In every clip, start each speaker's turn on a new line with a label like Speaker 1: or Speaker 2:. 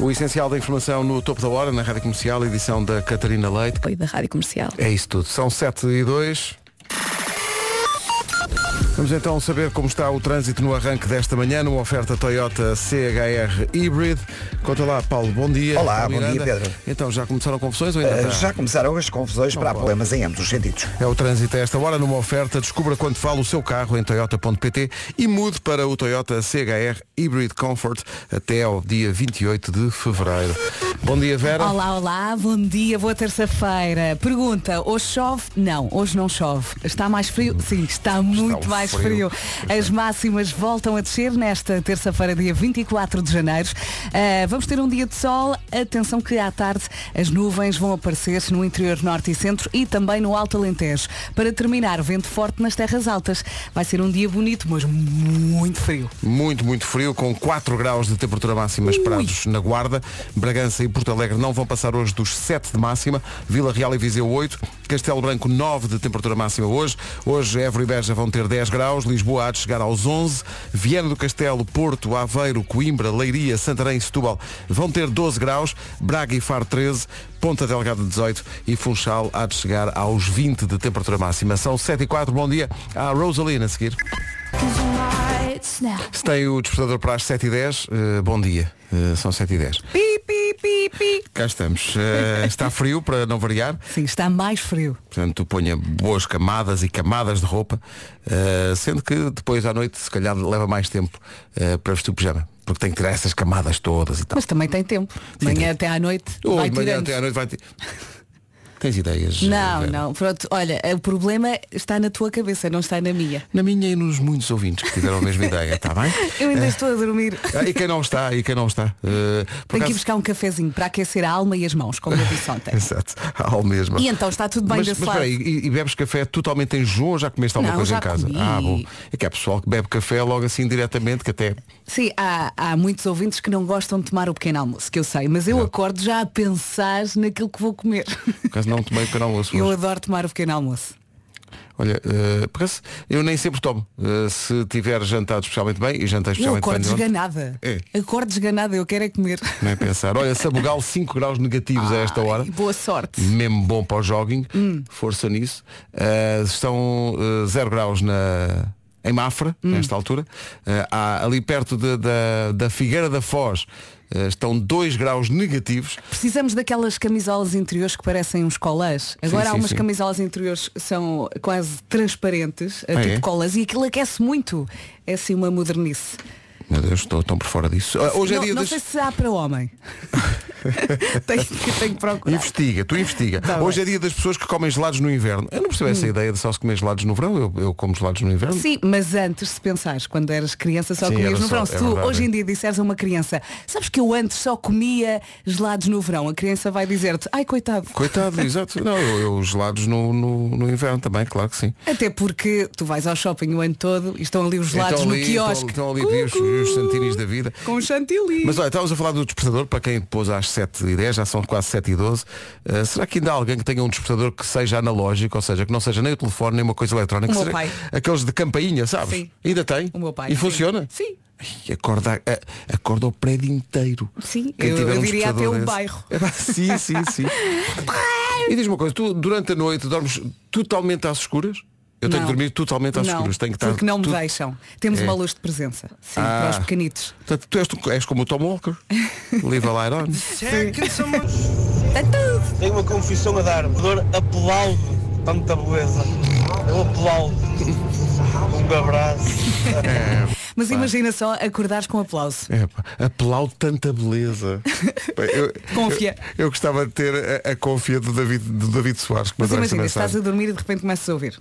Speaker 1: O essencial da informação no topo da hora, na Rádio Comercial, edição da Catarina Leite.
Speaker 2: Apoio da Rádio Comercial.
Speaker 1: É isso tudo. São 7 e 2. Vamos então saber como está o trânsito no arranque desta manhã, numa oferta Toyota CHR Hybrid. Conta lá, Paulo, bom dia.
Speaker 3: Olá,
Speaker 1: Paulo
Speaker 3: bom dia,
Speaker 1: Miranda.
Speaker 3: Pedro.
Speaker 1: Então, já começaram confusões ou ainda
Speaker 3: Uh,
Speaker 1: está?
Speaker 3: Já começaram as confusões para há problemas em ambos os sentidos.
Speaker 1: É o trânsito a esta hora numa oferta. Descubra quanto vale o seu carro em toyota.pt e mude para o Toyota CHR Hybrid Comfort até ao dia 28 de fevereiro. Bom dia, Vera.
Speaker 4: Olá, olá, bom dia, boa terça-feira. Pergunta, hoje chove? Não, hoje não chove. Está mais frio? Sim, está muito
Speaker 1: um
Speaker 4: mais
Speaker 1: frio.
Speaker 4: frio. As máximas voltam a descer nesta terça-feira, dia 24 de janeiro. Ah, vamos ter um dia de sol. Atenção que à tarde as nuvens vão aparecer no interior norte e centro e também no Alto Alentejo. Para terminar, vento forte nas terras altas. Vai ser um dia bonito, mas muito frio.
Speaker 1: Muito, muito frio, com 4 graus de temperatura máxima esperados na Guarda. Bragança e Porto Alegre não vão passar hoje dos 7 de máxima. Vila Real e Viseu 8. Castelo Branco 9 de temperatura máxima hoje. Hoje Évora e Beja vão ter 10 graus. Lisboa há de chegar aos 11. Viana do Castelo, Porto, Aveiro, Coimbra, Leiria, Santarém e Setúbal vão ter 12 graus. Braga e Faro 13. Ponta Delgada 18 e Funchal há de chegar aos 20 de temperatura máxima. São 7 e 4. Bom dia à Rosalina a seguir. Se tem o despertador para as 7h10, eh, bom dia. Eh, são 7h10.
Speaker 4: Pi, pi, pi, pi.
Speaker 1: Cá estamos. Eh, está frio, para não variar.
Speaker 4: Sim, está mais frio.
Speaker 1: Portanto, ponha boas camadas e camadas de roupa. eh, sendo que depois à noite, se calhar, leva mais tempo eh, para vestir o pijama. Porque tem que tirar essas camadas todas e tal.
Speaker 4: Mas também tem tempo. Manhã até à noite.
Speaker 1: Ou
Speaker 4: vai
Speaker 1: de manhã
Speaker 4: tirando.
Speaker 1: até à noite vai... ti- Tens ideias? eh,
Speaker 4: Não,
Speaker 1: Vera?
Speaker 4: não. Pronto, olha, o problema está na tua cabeça, não está na minha.
Speaker 1: Na minha e nos muitos ouvintes que tiveram a mesma ideia, está bem?
Speaker 4: Eu ainda estou a dormir.
Speaker 1: Ah, e quem não está, e quem não está. Eh, por
Speaker 4: Tenho que ir
Speaker 1: acaso-
Speaker 4: buscar um cafezinho para aquecer a alma e as mãos, como eu disse ontem.
Speaker 1: Exato, ao mesmo.
Speaker 4: E então está tudo bem
Speaker 1: mas,
Speaker 4: desse
Speaker 1: mas
Speaker 4: lado.
Speaker 1: peraí, e, e bebes café totalmente em jejum ou já comeste alguma
Speaker 4: Não,
Speaker 1: coisa
Speaker 4: já
Speaker 1: em casa?
Speaker 4: comi.
Speaker 1: Ah, bom. É que há pessoal que bebe café logo assim diretamente, que até.
Speaker 4: Sim, há, há muitos ouvintes que não gostam de tomar o pequeno almoço, que eu sei, mas eu acordo já a pensar naquilo que vou comer.
Speaker 1: Por acaso não tomei o canal almoço
Speaker 4: Eu
Speaker 1: hoje.
Speaker 4: adoro tomar o pequeno almoço.
Speaker 1: Olha, eh, por acaso, eu nem sempre tomo. Eh, se tiver jantado especialmente bem, e jantei
Speaker 4: Eu
Speaker 1: especialmente
Speaker 4: acordo
Speaker 1: bem. ontem,
Speaker 4: desganada.
Speaker 1: É.
Speaker 4: Acordo desganada, eu quero é comer.
Speaker 1: Não é pensar. Olha, Sabugal 5 graus negativos a esta hora.
Speaker 4: Ai, boa sorte.
Speaker 1: Mesmo bom para o jogging,
Speaker 4: Hum.
Speaker 1: força nisso. Eh, estão 0 graus na, em Mafra,
Speaker 4: Hum.
Speaker 1: nesta altura. Eh, há- ali perto de- da, da Figueira da Foz eh, estão 2 graus negativos.
Speaker 4: Precisamos daquelas camisolas interiores que parecem uns colãs. Agora
Speaker 1: Sim,
Speaker 4: há
Speaker 1: sim,
Speaker 4: umas
Speaker 1: sim.
Speaker 4: camisolas interiores que são quase transparentes,
Speaker 1: Ah,
Speaker 4: tipo
Speaker 1: é?
Speaker 4: colãs, e aquilo aquece muito. É assim uma modernice.
Speaker 1: Meu Deus, estou tão por fora disso. Ah, hoje é
Speaker 4: não
Speaker 1: dia
Speaker 4: não
Speaker 1: das...
Speaker 4: sei se há para homem. tenho, que- tenho que procurar.
Speaker 1: Investiga, tu investiga.
Speaker 4: Tá Hum.
Speaker 1: Hoje é dia das pessoas que comem gelados no inverno. Eu não percebo essa ideia de só se comer gelados no verão. Eu, eu como gelados no inverno.
Speaker 4: Sim, mas antes, se pensares, quando eras criança só
Speaker 1: Sim, era
Speaker 4: comias
Speaker 1: só-
Speaker 4: no verão.
Speaker 1: é
Speaker 4: se tu
Speaker 1: verdade.
Speaker 4: hoje em dia disseres a uma criança, sabes que eu antes só comia gelados no verão, a criança vai dizer-te, ai coitado.
Speaker 1: Coitado, exato. Não, eu, eu gelados no, no, no inverno também, claro que sim.
Speaker 4: Até porque tu vais ao shopping o ano todo e estão ali os gelados
Speaker 1: Então
Speaker 4: no
Speaker 1: ali,
Speaker 4: quiosque.
Speaker 1: Estão, estão ali os, os santinis da vida.
Speaker 4: Com chantilly.
Speaker 1: Mas olha, estávamos a falar do despertador, para quem pôs às 7h10, já são quase 7h12. Uh, será que ainda há alguém que tenha um despertador que seja analógico, ou seja, que não seja nem o telefone, nem uma coisa eletrónica?
Speaker 4: O meu
Speaker 1: Será-
Speaker 4: pai.
Speaker 1: Aqueles de campainha, sabes?
Speaker 4: Sim.
Speaker 1: Ainda tem?
Speaker 4: O meu pai,
Speaker 1: E
Speaker 4: sim.
Speaker 1: funciona?
Speaker 4: Sim.
Speaker 1: Ai, Acorda, a- acorda o prédio inteiro.
Speaker 4: Sim,
Speaker 1: Quem
Speaker 4: eu-
Speaker 1: tiver
Speaker 4: eu diria até
Speaker 1: despertador
Speaker 4: um
Speaker 1: desse-
Speaker 4: bairro.
Speaker 1: É pá, sim, sim, sim. e diz-me uma coisa, tu durante a noite dormes totalmente às escuras? Eu tenho
Speaker 4: Não.
Speaker 1: que dormir totalmente às
Speaker 4: Não,
Speaker 1: escuras. Tenho que estar
Speaker 4: Porque não me
Speaker 1: tu-
Speaker 4: deixam. Temos
Speaker 1: É.
Speaker 4: uma luz de presença. Sim,
Speaker 1: Ah.
Speaker 4: para os pequenitos.
Speaker 1: Portanto, tu és, és como o Tom Walker. Live a light on. É
Speaker 5: Tenho uma confissão a dar. Dor aplaudo tanta beleza. Eu aplaudo. Um abraço.
Speaker 4: Mas imagina só acordares com aplauso.
Speaker 1: É, pá, aplaudo tanta beleza. Pá, eu-
Speaker 4: Confia.
Speaker 1: Eu, eu gostava de ter a, a confia do David, do David Soares que
Speaker 4: Mas
Speaker 1: mandou esta
Speaker 4: imagina, estás
Speaker 1: mensagem.
Speaker 4: a dormir e de repente começas a ouvir.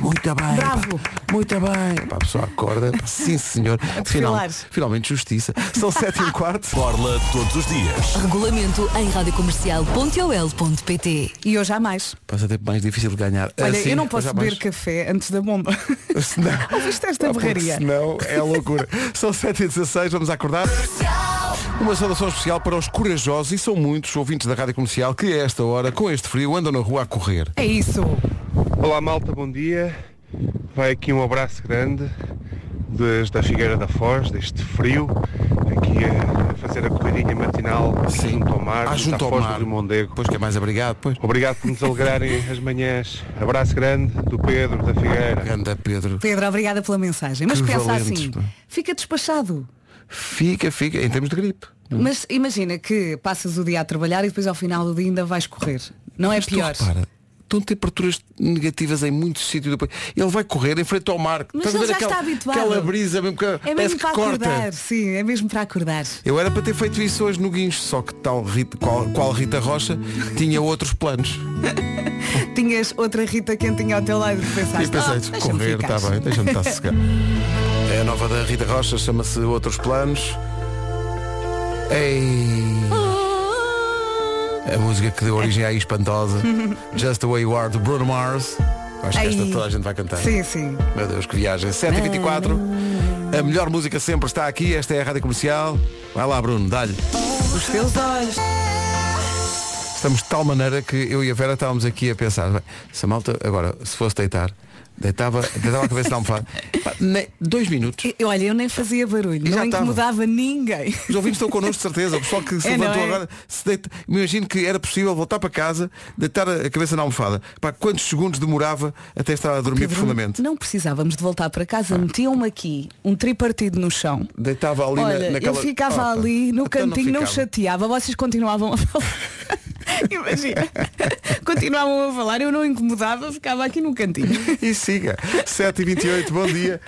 Speaker 1: Muito bem. pá,
Speaker 4: Bravo.
Speaker 1: muito bem. Pá, a pessoa acorda. pá, sim, senhor. Final-
Speaker 4: desfilares.
Speaker 1: finalmente justiça. São sete e um quarto.
Speaker 6: Borla todos os dias.
Speaker 7: Regulamento em radiocomercial.ol.pt
Speaker 4: E eu jamais.
Speaker 1: Passa tempo mais difícil de ganhar.
Speaker 4: Olha,
Speaker 1: Assim,
Speaker 4: eu não posso
Speaker 1: já
Speaker 4: beber
Speaker 1: mais.
Speaker 4: café antes da bomba.
Speaker 1: Senão-
Speaker 4: Ouviste é esta
Speaker 1: Ah, porque
Speaker 4: berraria?
Speaker 1: Senão é loucura. São 7h16, vamos acordar. Uma saudação especial para os corajosos, e são muitos ouvintes da Rádio Comercial, que a esta hora, com este frio, andam na rua a correr.
Speaker 4: É isso.
Speaker 8: Olá malta, bom dia. Vai aqui um abraço grande desde a Figueira da Foz, deste frio, aqui aqui a fazer a corridinha matinal aqui
Speaker 1: Sim.
Speaker 8: junto ao mar,
Speaker 1: Ah, junto
Speaker 8: à
Speaker 1: ao
Speaker 8: Foz
Speaker 1: mar.
Speaker 8: do Mondego.
Speaker 1: Pois que é mais obrigado, pois.
Speaker 8: Obrigado por nos alegrarem as manhãs. Abraço grande do Pedro, da Figueira.
Speaker 1: Ganda Pedro.
Speaker 4: Pedro, obrigada pela mensagem. Mas
Speaker 1: Que
Speaker 4: pensa
Speaker 1: valentes,
Speaker 4: assim,
Speaker 1: pá.
Speaker 4: fica despachado.
Speaker 1: Fica, fica, em termos de gripe.
Speaker 4: Mas imagina que passas o dia a trabalhar e depois ao final do dia ainda vais correr. Não é
Speaker 1: Mas tu
Speaker 4: pior.
Speaker 1: repara, estão temperaturas negativas em muitos sítios do país. Ele vai correr em frente ao mar.
Speaker 4: Mas
Speaker 1: Estás a
Speaker 4: ele
Speaker 1: ver
Speaker 4: já
Speaker 1: aquela,
Speaker 4: está habituado.
Speaker 1: Aquela brisa mesmo que
Speaker 4: É
Speaker 1: parece
Speaker 4: mesmo
Speaker 1: que
Speaker 4: para
Speaker 1: corta.
Speaker 4: acordar, sim, é mesmo para acordar.
Speaker 1: Eu era para ter feito isso hoje no Guincho, só que tal Rita, qual, qual Rita Rocha tinha outros planos.
Speaker 4: Tinhas outra Rita quentinha ao teu lado e
Speaker 1: E
Speaker 4: pensaste,
Speaker 1: pensei,
Speaker 4: "Ah, deixa-me
Speaker 1: correr,
Speaker 4: ficar."
Speaker 1: está bem, deixa-me estar sossegado. É a nova da Rita Rocha, chama-se Outros Planos. Ei!
Speaker 4: Oh.
Speaker 1: A música que deu origem à espantosa Just the Way You Are, de Bruno Mars. Acho que esta
Speaker 4: Ai.
Speaker 1: toda a gente vai cantar.
Speaker 4: Sim, sim.
Speaker 1: Meu Deus, que viagem. 7h24. A melhor música sempre está aqui. Esta é a Rádio Comercial. Vai lá, Bruno, dá-lhe.
Speaker 4: Os teus olhos.
Speaker 1: Estamos de tal maneira que eu e a Vera estávamos aqui a pensar, "Bem, se a malta agora, se fosse deitar, deitava, deitava a cabeça na almofada. Pá, nem- Dois minutos.
Speaker 4: Eu- Olha, eu nem fazia barulho,
Speaker 1: E já
Speaker 4: não
Speaker 1: estava.
Speaker 4: incomodava ninguém.
Speaker 1: Os ouvintes estão connosco, de certeza. O pessoal que se
Speaker 4: É, não
Speaker 1: levantou
Speaker 4: é?
Speaker 1: agora, se deita. Imagino que era possível voltar para casa, deitar a a cabeça na almofada. Pá, quantos segundos demorava até estar a dormir
Speaker 4: Pedro,
Speaker 1: profundamente?
Speaker 4: Não precisávamos de voltar para
Speaker 1: Ah.
Speaker 4: casa, metiam-me aqui um tripartido no chão.
Speaker 1: Deitava ali na-
Speaker 4: Olha,
Speaker 1: naquela.
Speaker 4: eu ficava
Speaker 1: Opa,
Speaker 4: ali no
Speaker 1: então
Speaker 4: cantinho, não, me
Speaker 1: ficava.
Speaker 4: chateava, vocês continuavam a falar. Imagina. continuavam a falar, eu não incomodava, ficava aqui no cantinho.
Speaker 1: E siga. 7h28, bom dia.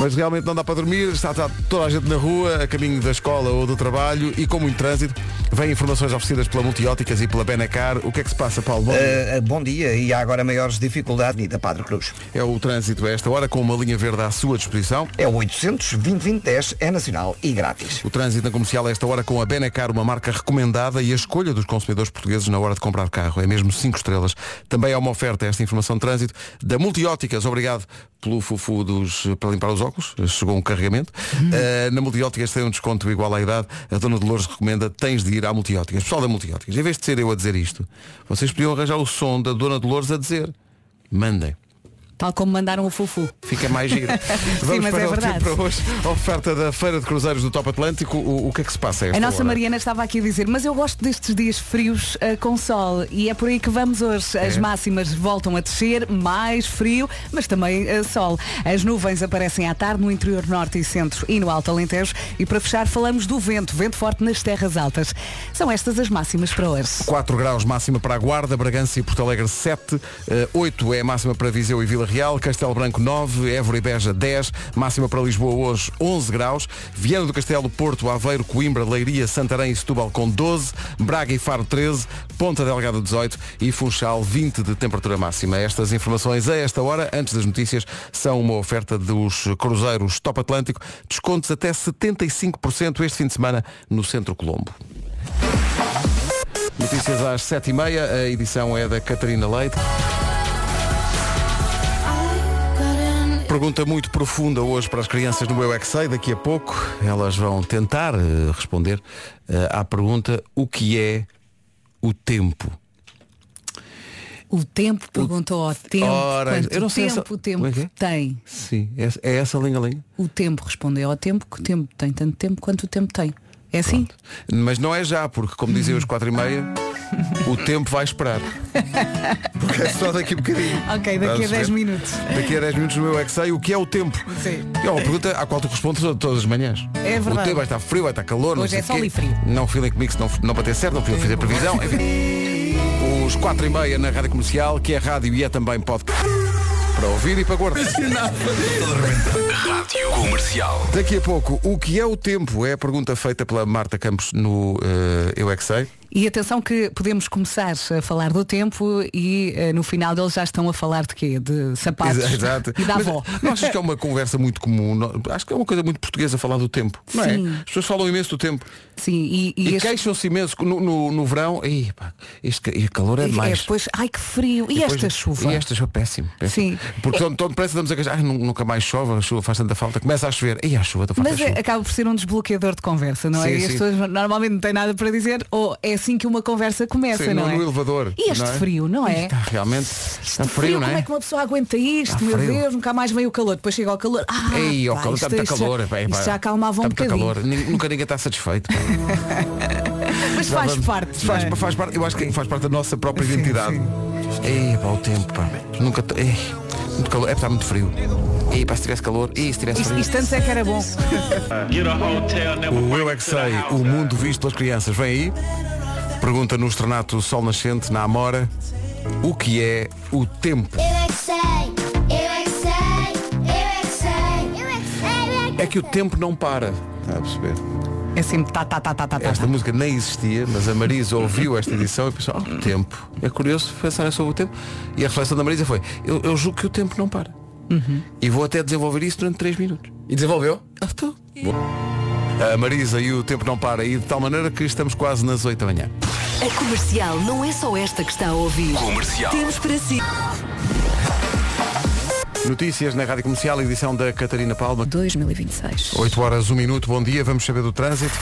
Speaker 1: Mas realmente não dá para dormir, está, está toda a gente na rua, a caminho da escola ou do trabalho e com muito trânsito. Vêm informações oferecidas pela Multióticas e pela Benacar. O que é que se passa, Paulo? Bom,
Speaker 6: Eh,
Speaker 3: Ah, ah, bom dia e há agora maiores dificuldades Avenida Padre Cruz.
Speaker 1: É o trânsito a esta hora, com uma linha verde à sua disposição.
Speaker 3: É o 800 2010 é nacional e grátis.
Speaker 1: O trânsito na comercial a esta hora com a Benacar, uma marca recomendada e a escolha dos consumidores portugueses na hora de comprar carro. É mesmo 5 estrelas. Também há uma oferta, esta informação de trânsito, da Multióticas. Obrigado pelo fufu dos, para limpar os óculos. Chegou um carregamento. Eh, na Multióticas tem um desconto igual à idade. A dona Dolores recomenda, tens de ir à Multióticas. Pessoal da Multióticas, em vez de ser eu a dizer isto, vocês podiam arranjar o som da dona Dolores a dizer. Mandem.
Speaker 4: Tal como mandaram o fufu.
Speaker 1: Fica mais giro. Vamos
Speaker 4: mas
Speaker 1: para
Speaker 4: é
Speaker 1: o
Speaker 4: verdade.
Speaker 1: tempo para hoje. A oferta da Feira de Cruzeiros do Top Atlântico. O, o que é que se passa a esta
Speaker 4: A nossa
Speaker 1: hora?
Speaker 4: Mariana estava aqui a dizer, mas eu gosto destes dias frios eh, com sol e é por aí que vamos hoje.
Speaker 1: É?
Speaker 4: As máximas voltam a descer, mais frio, mas também eh, sol. As nuvens aparecem à tarde no interior norte e centro e no Alto Alentejo. E para fechar falamos do vento, vento forte nas terras altas. São estas as máximas para hoje.
Speaker 1: 4 graus máxima para a Guarda, Bragança e Porto Alegre 7, 8 é a máxima para Viseu e Vila Real, Castelo Branco 9, Évora e Beja 10, máxima para Lisboa hoje 11 graus, Viana do Castelo, Porto, Aveiro, Coimbra, Leiria, Santarém e Setúbal com 12, Braga e Faro 13, Ponta Delgada 18 e Funchal 20 de temperatura máxima. Estas informações a esta hora, antes das notícias, são uma oferta dos cruzeiros Top Atlântico, descontos até 75% este fim de semana no Centro Colombo. Notícias às 7h30, a edição é da Catarina Leite. Pergunta muito profunda hoje para as crianças no Eu é Que Sei. Daqui a pouco elas vão tentar eh, responder eh, à pergunta o que é o tempo.
Speaker 4: O tempo perguntou ao tempo
Speaker 1: Ora,
Speaker 4: quanto
Speaker 1: eu não sei
Speaker 4: tempo
Speaker 1: essa-
Speaker 4: o tempo
Speaker 1: Como é que é?
Speaker 4: tem.
Speaker 1: Sim, é, é essa a linha-linha.
Speaker 4: O tempo respondeu ao tempo que o tempo tem tanto tempo quanto o tempo tem. É assim?
Speaker 1: Mas não é já, porque como diziam os 4h30, o tempo vai esperar. Porque é só daqui a bocadinho.
Speaker 4: Ok, daqui a
Speaker 1: Vamos
Speaker 4: 10
Speaker 1: ver.
Speaker 4: minutos.
Speaker 1: Daqui a 10 minutos no Eu é que sei o que é o tempo.
Speaker 4: Sim.
Speaker 1: É uma pergunta à qual tu respondes to- todas as manhãs.
Speaker 4: É verdade.
Speaker 1: O tempo vai estar frio, vai estar calor. não
Speaker 4: Hoje
Speaker 1: sei
Speaker 4: é
Speaker 1: o
Speaker 4: sol
Speaker 1: quê.
Speaker 4: e frio.
Speaker 1: Não filem comigo se não, não bater certo, não filem fazer previsão. Enfim. Os 4 e meia na Rádio Comercial, que é rádio e é também podcast. Para ouvir e para guardar.
Speaker 6: Rádio Comercial.
Speaker 1: Daqui a pouco, o que é o tempo? É a pergunta feita pela Marta Campos no eh, Eu é que sei.
Speaker 4: E atenção que podemos começar a falar do tempo e eh, no final deles já estão a falar de quê? De sapatos
Speaker 1: Exa- Exato.
Speaker 4: e da
Speaker 1: Mas
Speaker 4: avó.
Speaker 1: Não achas que é uma conversa muito comum? Não- Acho que é uma coisa muito portuguesa falar do tempo. Não
Speaker 4: Sim.
Speaker 1: é? As pessoas falam imenso do tempo.
Speaker 4: Sim, e, e
Speaker 1: E,
Speaker 4: este-
Speaker 1: queixam-se imenso no, no, no verão. Ih, pá, este ca- e calor é
Speaker 4: é
Speaker 1: demais.
Speaker 4: depois, ai que frio. E,
Speaker 1: Depois-
Speaker 4: esta chuva?
Speaker 1: E esta chuva é péssimo. péssimo.
Speaker 4: Sim.
Speaker 1: Porque tão, tão depressa estamos a queixar. "Ai, nu- nunca mais chove, a chuva faz tanta falta. Começa a chover. E a chuva, estou farta
Speaker 4: Mas
Speaker 1: de
Speaker 4: é-
Speaker 1: chuva.
Speaker 4: acaba por ser um desbloqueador de conversa, não é?
Speaker 1: Sim,
Speaker 4: e as
Speaker 1: sim.
Speaker 4: pessoas normalmente não têm nada para dizer ou é assim que uma conversa começa,
Speaker 1: Sim,
Speaker 4: não
Speaker 1: no,
Speaker 4: é?
Speaker 1: no elevador.
Speaker 4: E este
Speaker 1: não é?
Speaker 4: frio, não é?
Speaker 1: Está realmente está frio, não
Speaker 4: como é
Speaker 1: é? Tá
Speaker 4: que uma pessoa aguenta isto? Meu
Speaker 1: frio.
Speaker 4: Deus, nunca mais vem o calor. Depois chega o calor. Ah,
Speaker 1: Ei, ó,
Speaker 4: pá,
Speaker 1: calor,
Speaker 4: isto
Speaker 1: está muito
Speaker 4: deixa-
Speaker 1: calor. pá,
Speaker 4: isto
Speaker 1: pá,
Speaker 4: já acalmava um
Speaker 1: está muito
Speaker 4: bocadinho.
Speaker 1: calor. Nin- Nunca ninguém está satisfeito. pá.
Speaker 4: Mas faz parte.
Speaker 1: Faz,
Speaker 4: não é?
Speaker 1: faz parte, eu acho que faz parte da nossa própria identidade. Ei, pá, o tempo, pá. Nunca. to- Ei, muito calor. É, está muito frio. Ei, pá, se tivesse calor. Ei, se tivesse
Speaker 4: Isto,
Speaker 1: frio.
Speaker 4: isto antes é que era bom.
Speaker 1: O Eu É Que Sei, o mundo visto pelas crianças. Vem aí. Pergunta no estrenato Sol Nascente, na Amora, o que é o tempo?
Speaker 2: Eu é que sei, eu é que sei, eu é que sei, eu é que sei, eu
Speaker 1: É que o tempo não para. Está a perceber?
Speaker 4: É sempre tá, tá, tá, tá, tá, tá.
Speaker 1: Esta música nem existia, mas a Marisa ouviu esta edição e pensou, ah, o tempo. É curioso pensarem sobre o tempo. E a reflexão da Marisa foi, eu, eu julgo que o tempo não para. E vou até desenvolver isso durante 3 minutos.
Speaker 7: E desenvolveu?
Speaker 1: Ah, tô. A Marisa e o tempo não para e de tal maneira que estamos quase nas 8 da manhã.
Speaker 9: A comercial não é só esta que está a ouvir. Comercial. Temos para si.
Speaker 1: Notícias na Rádio Comercial, edição da Catarina Palma.
Speaker 9: 2026.
Speaker 1: 8 horas, 1 minuto, bom dia, vamos saber do trânsito.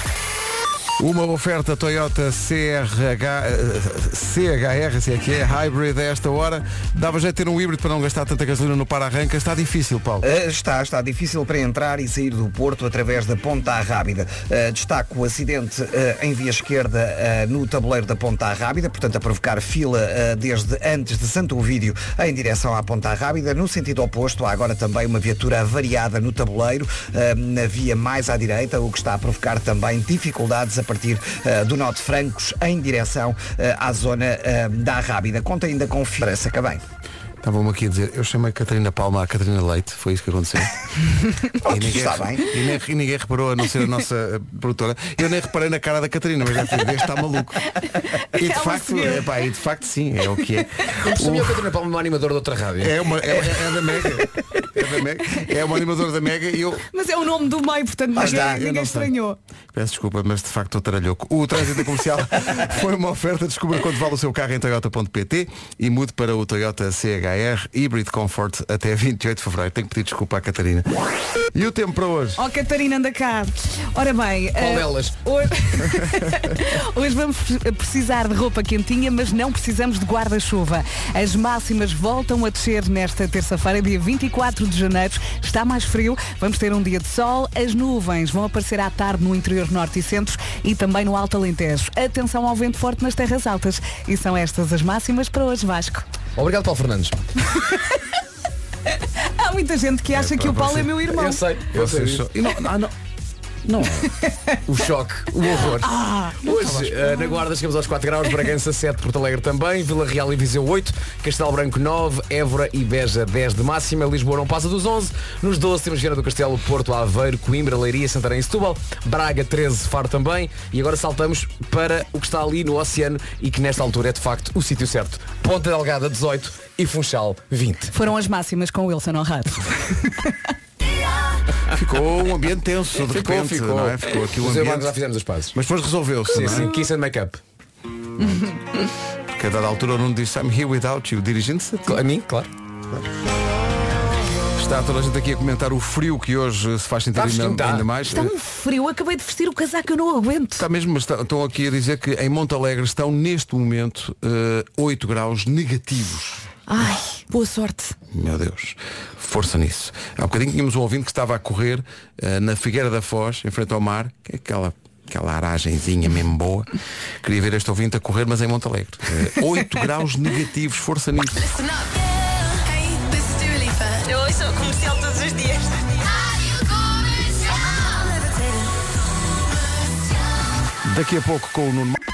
Speaker 1: Uma oferta Toyota CRH, eh, CHR, se é que é, hybrid a esta hora. Dava jeito de ter um híbrido para não gastar tanta gasolina no para-arranca. Está difícil, Paulo.
Speaker 3: Uh, Está, está difícil para entrar e sair do Porto através da Ponta Rábida. Eh, Destaco o acidente uh, em via esquerda uh, no tabuleiro da Ponta Rábida, portanto a provocar fila uh, desde antes de Santo Ovídio em direção à Ponta Rábida. No sentido oposto, há agora também uma viatura avariada no tabuleiro, uh, na via mais à direita, o que está a provocar também dificuldades a partir uh, do Norte Francos em direção uh, à zona uh, da Rábida. Conta ainda com fila, saca bem.
Speaker 1: Estavam-me aqui a dizer, eu chamei Catarina Palma a Catarina Leite, foi isso que aconteceu. e, ninguém,
Speaker 3: está bem.
Speaker 1: E, nem- e ninguém reparou, a não ser a nossa eh, produtora. Eu nem reparei na cara da Catarina, mas já fui, este está maluco. E de,
Speaker 4: Ela
Speaker 1: facto,
Speaker 4: seguiu.
Speaker 1: epá, e de facto sim, é o que é.
Speaker 7: Eu percebi o que eu tinha para um animador de outra rádio.
Speaker 1: É, uma, é, é da Mega. É da Mega. É uma animadora da Mega e eu.
Speaker 4: Mas é o nome do meio, portanto
Speaker 1: Ah,
Speaker 4: ninguém,
Speaker 1: está, eu
Speaker 4: ninguém
Speaker 1: não sei.
Speaker 4: estranhou.
Speaker 1: Peço desculpa, mas de facto estou taralhoco. O trânsito comercial foi uma oferta. Descubra quanto vale o seu carro em Toyota.pt e mude para o Toyota CHR Hybrid Comfort até 28 de Fevereiro. Tenho que pedir desculpa à Catarina. E o tempo para hoje?
Speaker 4: Ó Catarina, anda cá. Ora bem, eh,
Speaker 7: delas?
Speaker 4: hoje... hoje vamos eh, precisar de roupa quentinha, mas não precisamos de guarda-chuva. As máximas voltam a descer nesta terça-feira, dia 24 de janeiro. Está mais frio, vamos ter um dia de sol. As nuvens vão aparecer à tarde no interior norte e centro e também no Alto Alentejo. Atenção ao vento forte nas terras altas. E são estas as máximas para hoje, Vasco.
Speaker 7: Obrigado, Paulo Fernandes.
Speaker 4: Há muita gente que acha que o Paulo é meu irmão.
Speaker 7: Eu sei. Eu sei.
Speaker 1: Vocês
Speaker 7: disso.
Speaker 1: só- E não- ah, não.
Speaker 7: O choque, o horror. Hoje, eh, na Guarda, chegamos aos 4 graus, Bragança 7, Porto Alegre também, Vila Real e Viseu 8, Castelo Branco 9, Évora e Beja 10 de máxima, Lisboa não passa dos 11, nos 12 temos Viana do Castelo, Porto, Aveiro, Coimbra, Leiria, Santarém e Setúbal, Braga 13, Faro também, e agora saltamos para o que está ali no oceano e que nesta altura é de facto o sítio certo. Ponta Delgada 18 e Funchal 20.
Speaker 4: Foram as máximas com o Wilson Honrado.
Speaker 1: Ficou um ambiente tenso de repente. Não é? ficou aqui um
Speaker 7: Os irmãos
Speaker 1: ambiente.
Speaker 7: já fizemos os passos.
Speaker 1: Mas depois resolveu-se.
Speaker 7: Sim,
Speaker 1: não é?
Speaker 7: sim, kiss and make-up.
Speaker 1: Porque a dada altura não diz I'm here without you, dirigindo-se a ti.
Speaker 7: A mim, claro.
Speaker 1: Está toda a gente aqui a comentar o frio que hoje se faz sentir
Speaker 7: Está fresquinho,
Speaker 1: ainda,
Speaker 7: está.
Speaker 1: ainda mais.
Speaker 4: Está um frio, acabei de vestir o casaco, eu não aguento.
Speaker 1: Está mesmo, mas está- estão aqui a dizer que em Monte Alegre estão neste momento eh, 8 graus negativos.
Speaker 4: Ai, boa sorte.
Speaker 1: Meu Deus, força nisso. Há bocadinho tínhamos um ouvinte que estava a correr eh, na Figueira da Foz, em frente ao mar, que é aquela, aquela aragenzinha mesmo boa. Queria ver este ouvinte a correr, mas em Monte Alegre. Eh, 8 graus negativos, força nisso.
Speaker 10: Eu ouço o comercial todos os dias.
Speaker 1: Daqui a pouco com o Nuno Ma-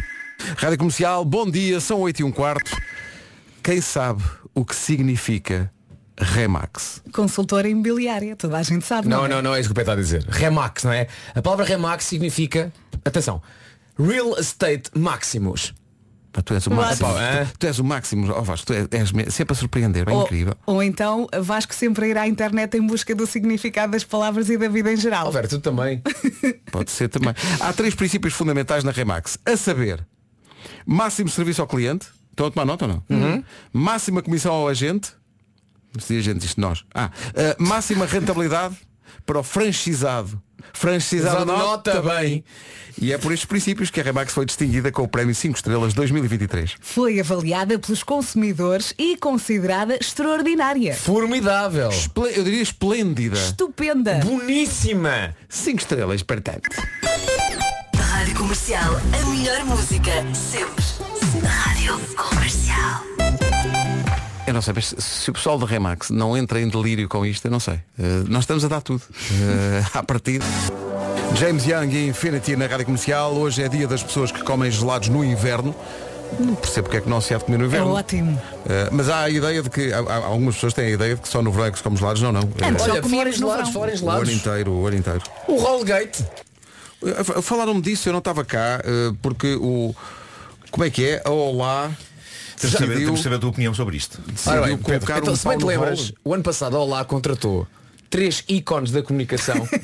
Speaker 1: Rádio Comercial, bom dia, são 8 e um quarto. Quem sabe o que significa Remax?
Speaker 4: Consultora imobiliária, toda a gente sabe.
Speaker 7: Não,
Speaker 4: é?
Speaker 7: não, não é isso que o Pedro está a dizer. Remax, não é? A palavra remax significa, atenção, real estate maximus.
Speaker 1: Pá, tu és o
Speaker 4: Mas-
Speaker 1: máximo.
Speaker 7: Pá, é?
Speaker 1: Tu, tu és o máximo, ó Vasco, tu és, és me- sempre a surpreender, é
Speaker 4: Ou,
Speaker 1: incrível.
Speaker 4: ou então Vasco sempre a ir à internet em busca do significado das palavras e da vida em geral.
Speaker 7: Alberto, tu também.
Speaker 1: Pode ser também. Há três princípios fundamentais na Remax. A saber, máximo serviço ao cliente. Estão a tomar nota ou não?
Speaker 7: Uhum.
Speaker 1: Uhum. Máxima comissão ao agente. Se diz agente, isto nós. Ah, ah, máxima rentabilidade. para o franchisado. Franchisado
Speaker 7: Nota
Speaker 1: nota bem. E é por estes princípios que a Remax foi distinguida com o Prémio 5 Estrelas 2023.
Speaker 4: Foi avaliada pelos consumidores e considerada extraordinária.
Speaker 7: Formidável.
Speaker 1: Esple- eu diria esplêndida.
Speaker 4: Estupenda.
Speaker 7: Boníssima.
Speaker 1: 5 estrelas, portanto.
Speaker 9: Rádio Comercial, a melhor música, sempre. Rádio Comercial.
Speaker 1: Eu não sei, mas se o pessoal da Remax não entra em delírio com isto, eu não sei. Eh, nós estamos a dar tudo. Eh, à partida. James Young e Infinity na Rádio Comercial. Hoje é dia das pessoas que comem gelados no inverno. Não percebo porque é que não se há de comer no
Speaker 4: É
Speaker 1: inverno.
Speaker 4: ótimo.
Speaker 1: Eh, mas há a ideia de que há- há- algumas pessoas têm a ideia de que só no verão é que se come gelados. Não, não.
Speaker 4: Antes
Speaker 1: Eh,
Speaker 4: só
Speaker 7: Olha, fora
Speaker 4: comíamos no
Speaker 7: gelados,
Speaker 4: verão.
Speaker 7: fora
Speaker 1: o ano
Speaker 7: gelados.
Speaker 1: inteiro, o ano inteiro.
Speaker 7: O Rollgate.
Speaker 1: Eh, f- Falaram-me disso, eu não estava cá, eh, porque o. Como é que é? A Olá
Speaker 6: Temos de saber,
Speaker 1: decidiu,
Speaker 6: temos de saber a tua opinião sobre isto.
Speaker 1: decidiu
Speaker 7: Ora bem, Pedro,
Speaker 1: colocar
Speaker 7: então,
Speaker 1: um
Speaker 7: se bem
Speaker 1: pau
Speaker 7: te
Speaker 1: no
Speaker 7: lembras,
Speaker 1: rolo.
Speaker 7: o ano passado a Olá contratou três ícones da comunicação
Speaker 4: Que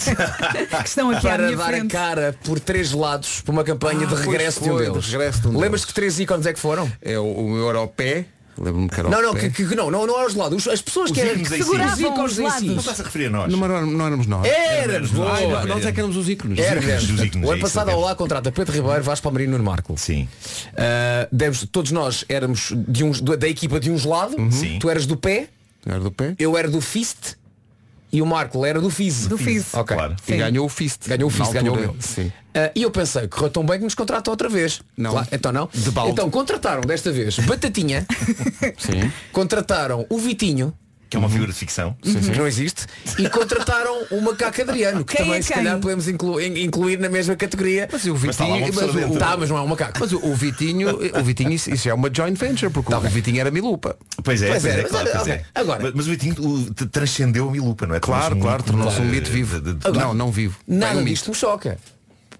Speaker 4: estão aqui à
Speaker 7: para
Speaker 4: minha
Speaker 7: dar
Speaker 4: frente.
Speaker 7: a cara por três lados para uma campanha
Speaker 1: Ah,
Speaker 7: de
Speaker 1: pois
Speaker 7: regresso de um
Speaker 1: foi, de
Speaker 7: deles.
Speaker 1: regresso de um deles.
Speaker 7: Lembras-te que três ícones é que foram?
Speaker 1: É o, o meu era ao pé. Lembro-me que era ao
Speaker 7: Não, não,
Speaker 1: pé.
Speaker 7: que, que- não, não, não eram os lados. As pessoas
Speaker 6: Os
Speaker 7: que, eram,
Speaker 6: ícones
Speaker 7: que
Speaker 6: em si.
Speaker 7: seguravam os
Speaker 4: Seguravam os
Speaker 7: ícones em si.
Speaker 6: Não
Speaker 4: lados.
Speaker 6: estás a referir a nós.
Speaker 1: Não, era- não éramos nós.
Speaker 7: Eras, boa.
Speaker 6: Ai,
Speaker 1: Nós é que éramos os ícones.
Speaker 7: Éramos.
Speaker 6: Os ícones,
Speaker 7: O
Speaker 6: é
Speaker 7: ano
Speaker 6: isso,
Speaker 7: passado a
Speaker 6: ok.
Speaker 7: Olá contrata Pedro Ribeiro, Vasco Palmeirinho e Nuno Marco.
Speaker 6: Sim.
Speaker 7: Uh, deves- todos nós éramos de uns, da equipa de uns lado,
Speaker 1: Uhum.
Speaker 6: Sim.
Speaker 7: tu eras do pé,
Speaker 1: Era do pé.
Speaker 7: eu era do fist e o Marco era do Fizz.
Speaker 4: Do Fizz.
Speaker 7: Ok.
Speaker 6: Claro.
Speaker 1: E ganhou o Fist.
Speaker 7: Ganhou o
Speaker 1: Na
Speaker 7: Fizz,
Speaker 1: altura.
Speaker 7: ganhou o meu.
Speaker 1: Sim.
Speaker 7: Ah, e eu pensei, correu tão bem que nos contrata outra vez.
Speaker 1: Não.
Speaker 7: Claro, então não.
Speaker 1: De balde.
Speaker 7: Então contrataram desta vez Batatinha,
Speaker 1: Sim.
Speaker 7: contrataram o Vitinho, Uhum.
Speaker 6: Que é uma figura de ficção.
Speaker 7: que não existe, e contrataram o Macaco Adriano, que
Speaker 4: Quem é
Speaker 7: também se
Speaker 4: quem?
Speaker 7: calhar podemos inclu- in- incluir na mesma categoria.
Speaker 1: Mas o
Speaker 6: Mas está
Speaker 1: Vitinho.
Speaker 6: lá uma
Speaker 1: Mas,
Speaker 6: pessoa
Speaker 1: o,
Speaker 6: dentro.
Speaker 7: Tá, mas não é um macaco.
Speaker 1: mas o- o Vitinho, o Vitinho isso, isso é uma joint venture, porque
Speaker 7: Tá
Speaker 1: o Vitinho era milupa.
Speaker 6: Pois é,
Speaker 7: Pois
Speaker 6: pois,
Speaker 7: é,
Speaker 6: é,
Speaker 7: mas
Speaker 6: claro,
Speaker 7: olha,
Speaker 6: pois é.
Speaker 7: ok, agora-
Speaker 6: Mas, mas o Vitinho o, t- transcendeu a Milupa, não é?
Speaker 1: Claro,
Speaker 6: Tornou-se um
Speaker 1: claro,
Speaker 6: ícone
Speaker 1: tornou-se um
Speaker 6: de-
Speaker 1: mito vivo.
Speaker 6: de- de- de-
Speaker 1: Não, não vivo.
Speaker 7: Nada
Speaker 1: É um
Speaker 7: disto me choca.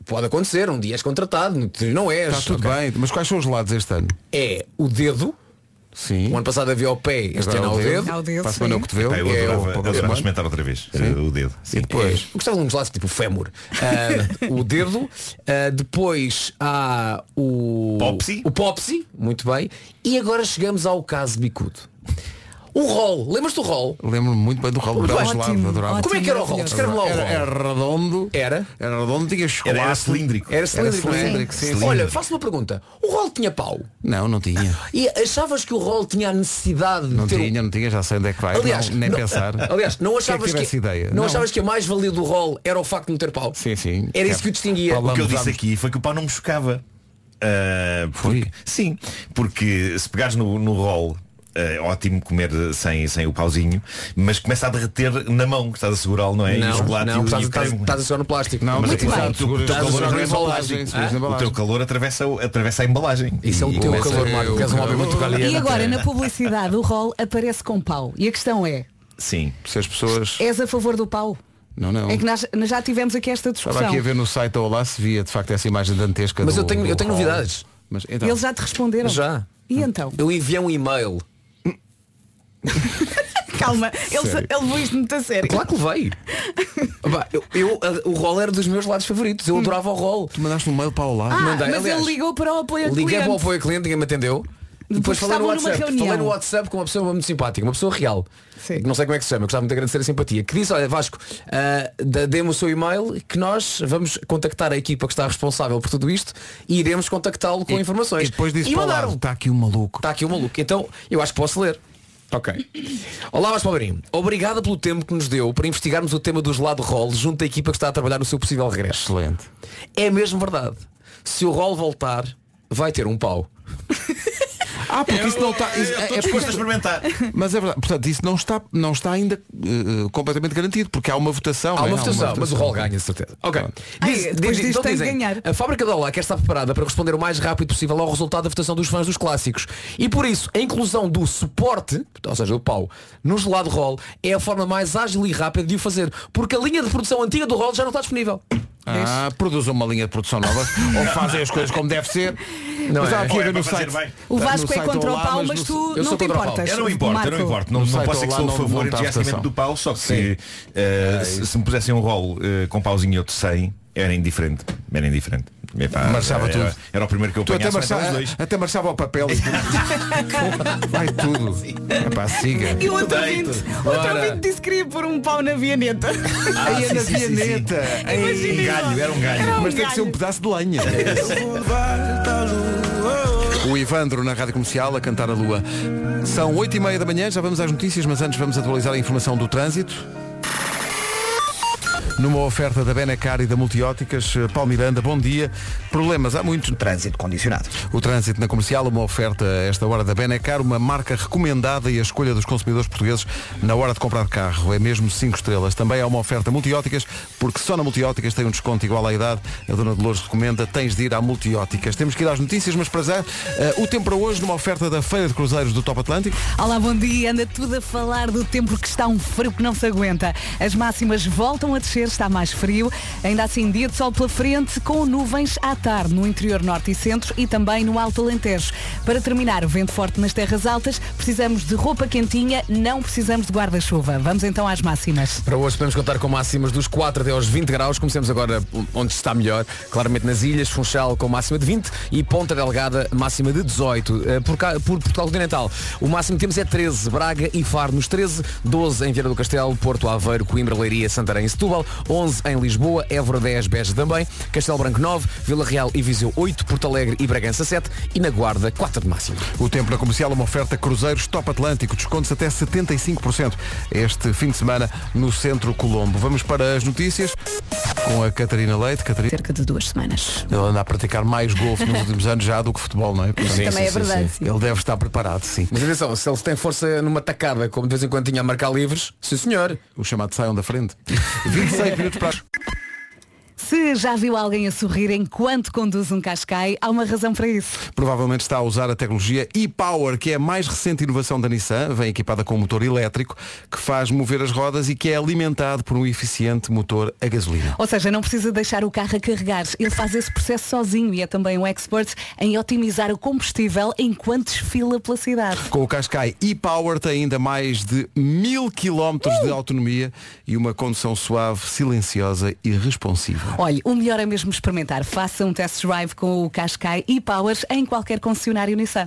Speaker 7: Pode acontecer, um dia és contratado, outro dia não és.
Speaker 1: Está Tá tudo
Speaker 7: é ok?
Speaker 1: bem, mas quais são os lados este ano?
Speaker 7: É o dedo.
Speaker 1: Sim.
Speaker 7: O ano passado havia o pé, este
Speaker 1: Agora é
Speaker 7: ano ao dedo.
Speaker 4: Ao dedo,
Speaker 1: Para a semana
Speaker 4: sim.
Speaker 1: o cotovelo.
Speaker 6: Pá, eu
Speaker 1: É,
Speaker 6: adorava,
Speaker 1: o- para a
Speaker 6: adorava
Speaker 1: semana.
Speaker 6: experimentar outra vez eh, o dedo. Sim.
Speaker 1: E depois.
Speaker 7: Eu gostava de uns laços tipo o fémur. Ah, o dedo. Ah, depois há o.
Speaker 6: Popsy.
Speaker 7: O Popsy, muito bem. E agora chegamos ao caso bicudo. O rol, lembras-te do rol?
Speaker 1: Lembro-me muito bem do rolo. Belo
Speaker 7: Ótimo,
Speaker 1: gelado, adorava.
Speaker 7: Como é que era o rol? Descreve lá o
Speaker 1: Era,
Speaker 7: rol.
Speaker 1: era redondo.
Speaker 7: Era?
Speaker 1: Era redondo, tinha chocolate.
Speaker 6: Era, era cilíndrico.
Speaker 7: Era cilíndrico, não é?
Speaker 1: cilíndrico, sim, sim.
Speaker 7: Olha, faço uma pergunta. O rol tinha pau.
Speaker 1: Não, não tinha.
Speaker 7: E achavas que o rol tinha a necessidade de
Speaker 1: Não
Speaker 7: ter um
Speaker 1: tinha, não tinha, já sei onde é que vai.
Speaker 7: Aliás,
Speaker 1: não, nem
Speaker 7: não-
Speaker 1: pensar.
Speaker 7: Aliás, não
Speaker 1: Quem é que
Speaker 7: achavas
Speaker 1: tivesse ideia?
Speaker 7: não, achavas que a mais valia do rol era o facto de não ter pau?
Speaker 1: Sim, sim. É.
Speaker 7: Era isso que o distinguia.
Speaker 1: Paulo-
Speaker 6: O que eu
Speaker 1: Vamos,
Speaker 6: disse
Speaker 1: vamos.
Speaker 6: aqui foi que o pau não me chocava. Ah,
Speaker 1: Foi?
Speaker 6: porque- Sim, porque se pegares no, no rol, é ótimo comer sem, sem o pauzinho, mas começa a derreter na mão que estás a segurá-lo, não é? e o
Speaker 7: Não,
Speaker 6: chocolate e
Speaker 7: não,
Speaker 6: o-
Speaker 7: estás,
Speaker 6: e o
Speaker 7: estás,
Speaker 6: creme.
Speaker 7: estás a segurar no plástico.
Speaker 1: Não,
Speaker 6: Mas
Speaker 1: mas
Speaker 6: é
Speaker 1: claro,
Speaker 6: verdade,
Speaker 1: tu- tu-
Speaker 6: o teu
Speaker 1: tu-
Speaker 6: calor
Speaker 1: tu-
Speaker 6: não é
Speaker 1: tu-
Speaker 7: embalagem.
Speaker 1: tu- tu- tu-
Speaker 7: Ah?
Speaker 6: O teu calor atravessa, o- atravessa a embalagem.
Speaker 7: Isso é o
Speaker 6: E
Speaker 7: teu
Speaker 6: começa-
Speaker 7: calor, Marco.
Speaker 1: eu-
Speaker 7: Que és um homem muito caliente.
Speaker 4: E agora, na publicidade, o rol aparece com pau. E a questão é,
Speaker 6: Sim.
Speaker 1: Se as pessoas.
Speaker 7: É
Speaker 4: és a favor do pau?
Speaker 1: Não, não.
Speaker 4: É que nós, nós já tivemos aqui esta
Speaker 1: Estava
Speaker 4: discussão.
Speaker 1: aqui a ver no site da Olá se via de facto essa imagem dantesca.
Speaker 7: Mas
Speaker 1: do-
Speaker 7: eu tenho-
Speaker 1: do
Speaker 7: eu tenho
Speaker 1: hall.
Speaker 7: novidades.
Speaker 1: Mas, então,
Speaker 4: Eles já te responderam?
Speaker 7: Já.
Speaker 4: E então?
Speaker 7: Eu enviei um e-mail.
Speaker 4: Calma, ele, ele levou isto muito a sério.
Speaker 7: É Claro que levei. Bah, eu, eu- a- o rol era dos meus lados favoritos.
Speaker 4: Hum.
Speaker 7: Eu adorava o rol.
Speaker 1: Tu mandaste um mail para o Olá.
Speaker 4: Ah,
Speaker 7: mandei,
Speaker 4: mas
Speaker 7: aliás,
Speaker 4: ele ligou para o apoio ao
Speaker 7: Liguei
Speaker 4: cliente.
Speaker 7: para o apoio cliente, ninguém me atendeu. E
Speaker 4: Depois
Speaker 7: Depois falei no
Speaker 4: estavam numa
Speaker 7: WhatsApp.
Speaker 4: reunião.
Speaker 7: Falei no WhatsApp com uma pessoa muito simpática, uma pessoa real.
Speaker 4: Sim.
Speaker 7: Não sei como é que se chama, gostava muito de agradecer a simpatia. Que disse, olha Vasco, ah, da- dê-me o seu e-mail que nós vamos contactar a equipa que está responsável por tudo isto e iremos contactá-lo com informações.
Speaker 1: E depois disse
Speaker 7: e
Speaker 1: para o
Speaker 7: mandaram.
Speaker 1: lado, está aqui um maluco.
Speaker 7: Está aqui o maluco. Então, eu acho que posso ler. Ok. Olá, Vasco Palmeirinho. Obrigada pelo tempo que nos deu para investigarmos o tema do gelado roll junto à equipa que está a trabalhar no seu possível regresso.
Speaker 1: Excelente.
Speaker 7: É mesmo verdade. Se o rol voltar, vai ter um pau.
Speaker 1: Ah, porque isso não está. isso- é-
Speaker 6: Estou
Speaker 1: é porque-
Speaker 6: disposto a experimentar.
Speaker 1: Mas é verdade, portanto, isso não está, não está ainda eh, eh, completamente garantido, porque há uma votação.
Speaker 7: Há
Speaker 1: não é?
Speaker 7: uma votação, mas o rol ganha, de certeza. Ok.
Speaker 1: Pronto.
Speaker 4: Ai, depois disto tem que ganhar.
Speaker 7: então A fábrica da Olá quer estar preparada para responder o mais rápido possível ao resultado da votação dos fãs dos clássicos. E por isso, a inclusão do suporte, ou seja, do pau, no gelado rol, é a forma mais ágil e rápida de o fazer, porque a linha de produção antiga do rol já não está disponível.
Speaker 1: Ah, produzam uma linha de produção nova ou fazem as coisas como deve ser.
Speaker 7: Não
Speaker 1: mas há
Speaker 7: é.
Speaker 1: aqui
Speaker 6: Ou
Speaker 1: a
Speaker 6: é
Speaker 1: ver
Speaker 6: para
Speaker 1: no
Speaker 6: fazer
Speaker 1: site.
Speaker 6: bem.
Speaker 4: O
Speaker 1: no
Speaker 4: Vasco é
Speaker 1: site
Speaker 4: contra o
Speaker 1: Olá,
Speaker 4: pau,
Speaker 1: mas
Speaker 4: mas
Speaker 1: no-
Speaker 4: tu
Speaker 7: eu
Speaker 4: não
Speaker 7: sou
Speaker 4: te
Speaker 7: contra o pau.
Speaker 4: importas.
Speaker 6: Eu não importo, eu não
Speaker 4: Marco.
Speaker 6: importo. Não,
Speaker 1: No
Speaker 6: não
Speaker 1: site
Speaker 6: posso ser que
Speaker 1: lá
Speaker 6: sou a
Speaker 1: não- não
Speaker 6: favor
Speaker 1: está a
Speaker 6: entusiasticamente do
Speaker 1: votação. É
Speaker 6: pau, só que se, eh, se se me pusessem um rol eh, com pauzinho e outro sem, era indiferente. Era indiferente. Epá,
Speaker 1: Marchava
Speaker 6: era,
Speaker 1: tudo.
Speaker 6: Era o primeiro que eu
Speaker 1: Tu até
Speaker 6: apanhava.
Speaker 1: marchava, até marchava ao papel e tudo. Vai tudo. Epá, siga.
Speaker 4: E o outro ouvinte, o outro ouvinte disse que queria pôr um pau na vianeta.
Speaker 1: Aí é na vianeta.
Speaker 4: Imagina
Speaker 1: Ei,
Speaker 4: isso.
Speaker 1: galho, era um galho.
Speaker 4: Era um
Speaker 1: Mas tem que ser um
Speaker 4: galho.
Speaker 1: pedaço de lenha. O Ivandro na Rádio Comercial a cantar a lua. São 8 e meia da manhã, já vamos às notícias, mas antes vamos atualizar a informação do trânsito. Numa oferta da Benacar e da Multióticas, eh, Paulo Miranda, bom dia. Problemas há muitos.
Speaker 3: Trânsito condicionado.
Speaker 1: O trânsito na comercial, uma oferta a esta hora da Benacar, uma marca recomendada e a escolha dos consumidores portugueses na hora de comprar carro. É mesmo 5 estrelas. Também há uma oferta multióticas, porque só na multióticas tem um desconto igual à idade. A dona Dolores recomenda, tens de ir à multióticas. Temos que ir às notícias, mas para já, eh, o tempo para hoje, numa oferta da Feira de Cruzeiros do Top Atlântico.
Speaker 4: Olá, bom dia. Anda tudo a falar do tempo que está um frio que não se aguenta. As máximas voltam a descer, está mais frio. Ainda assim, dia de sol pela frente, com nuvens à tarde no interior norte e centro e também no Alto Alentejo. Para terminar, o vento forte nas terras altas, precisamos de roupa quentinha, não precisamos de guarda-chuva. Vamos então às máximas.
Speaker 7: Para hoje podemos contar com máximas dos 4 até aos 20 graus. Começamos agora onde está melhor. Claramente nas ilhas, Funchal com máxima de 20 e Ponta Delgada máxima de 18. Eh, Por, cá- por Portugal Continental, o máximo que temos é 13. Braga e Faro nos 13, 12 em Vieira do Castelo, Porto Aveiro, Coimbra, Leiria, Santarém e Setúbal, 11 em Lisboa, Évora 10, Beja também, Castelo Branco 9, Vila Real e Viseu 8, Porto Alegre e Bragança 7 e na Guarda 4 de máximo.
Speaker 1: O tempo na comercial é uma oferta Cruzeiros Top Atlântico, descontos até 75% este fim de semana no Centro Colombo. Vamos para as notícias com a Catarina Leite. Catarina...
Speaker 11: Cerca de duas semanas.
Speaker 1: Ele anda a praticar mais golfe nos últimos anos já do que futebol, não é? Portanto,
Speaker 11: Sim, também sim, é sim, verdade, sim.
Speaker 1: Ele deve estar preparado, sim.
Speaker 7: Mas atenção, se ele tem força numa tacada, como de vez em quando tinha a marcar livres, sim senhor.
Speaker 1: O chamado saiam da frente. 26 minutos para as-
Speaker 4: Se já viu alguém a sorrir enquanto conduz um cascai, há uma razão para isso.
Speaker 1: Provavelmente está a usar a tecnologia e-Power, que é a mais recente inovação da Nissan, vem equipada com um motor elétrico que faz mover as rodas e que é alimentado por um eficiente motor a gasolina.
Speaker 4: Ou seja, não precisa deixar o carro a carregar. Ele faz esse processo sozinho e é também um expert em otimizar o combustível enquanto desfila pela cidade.
Speaker 1: Com o Cascai e-Power tem ainda mais de mil quilómetros
Speaker 11: Uh!
Speaker 1: de autonomia e uma condução suave, silenciosa e responsiva.
Speaker 4: Olhe, o melhor é mesmo experimentar. Faça um test drive com o Cascai e Powers em qualquer concessionário Nissan.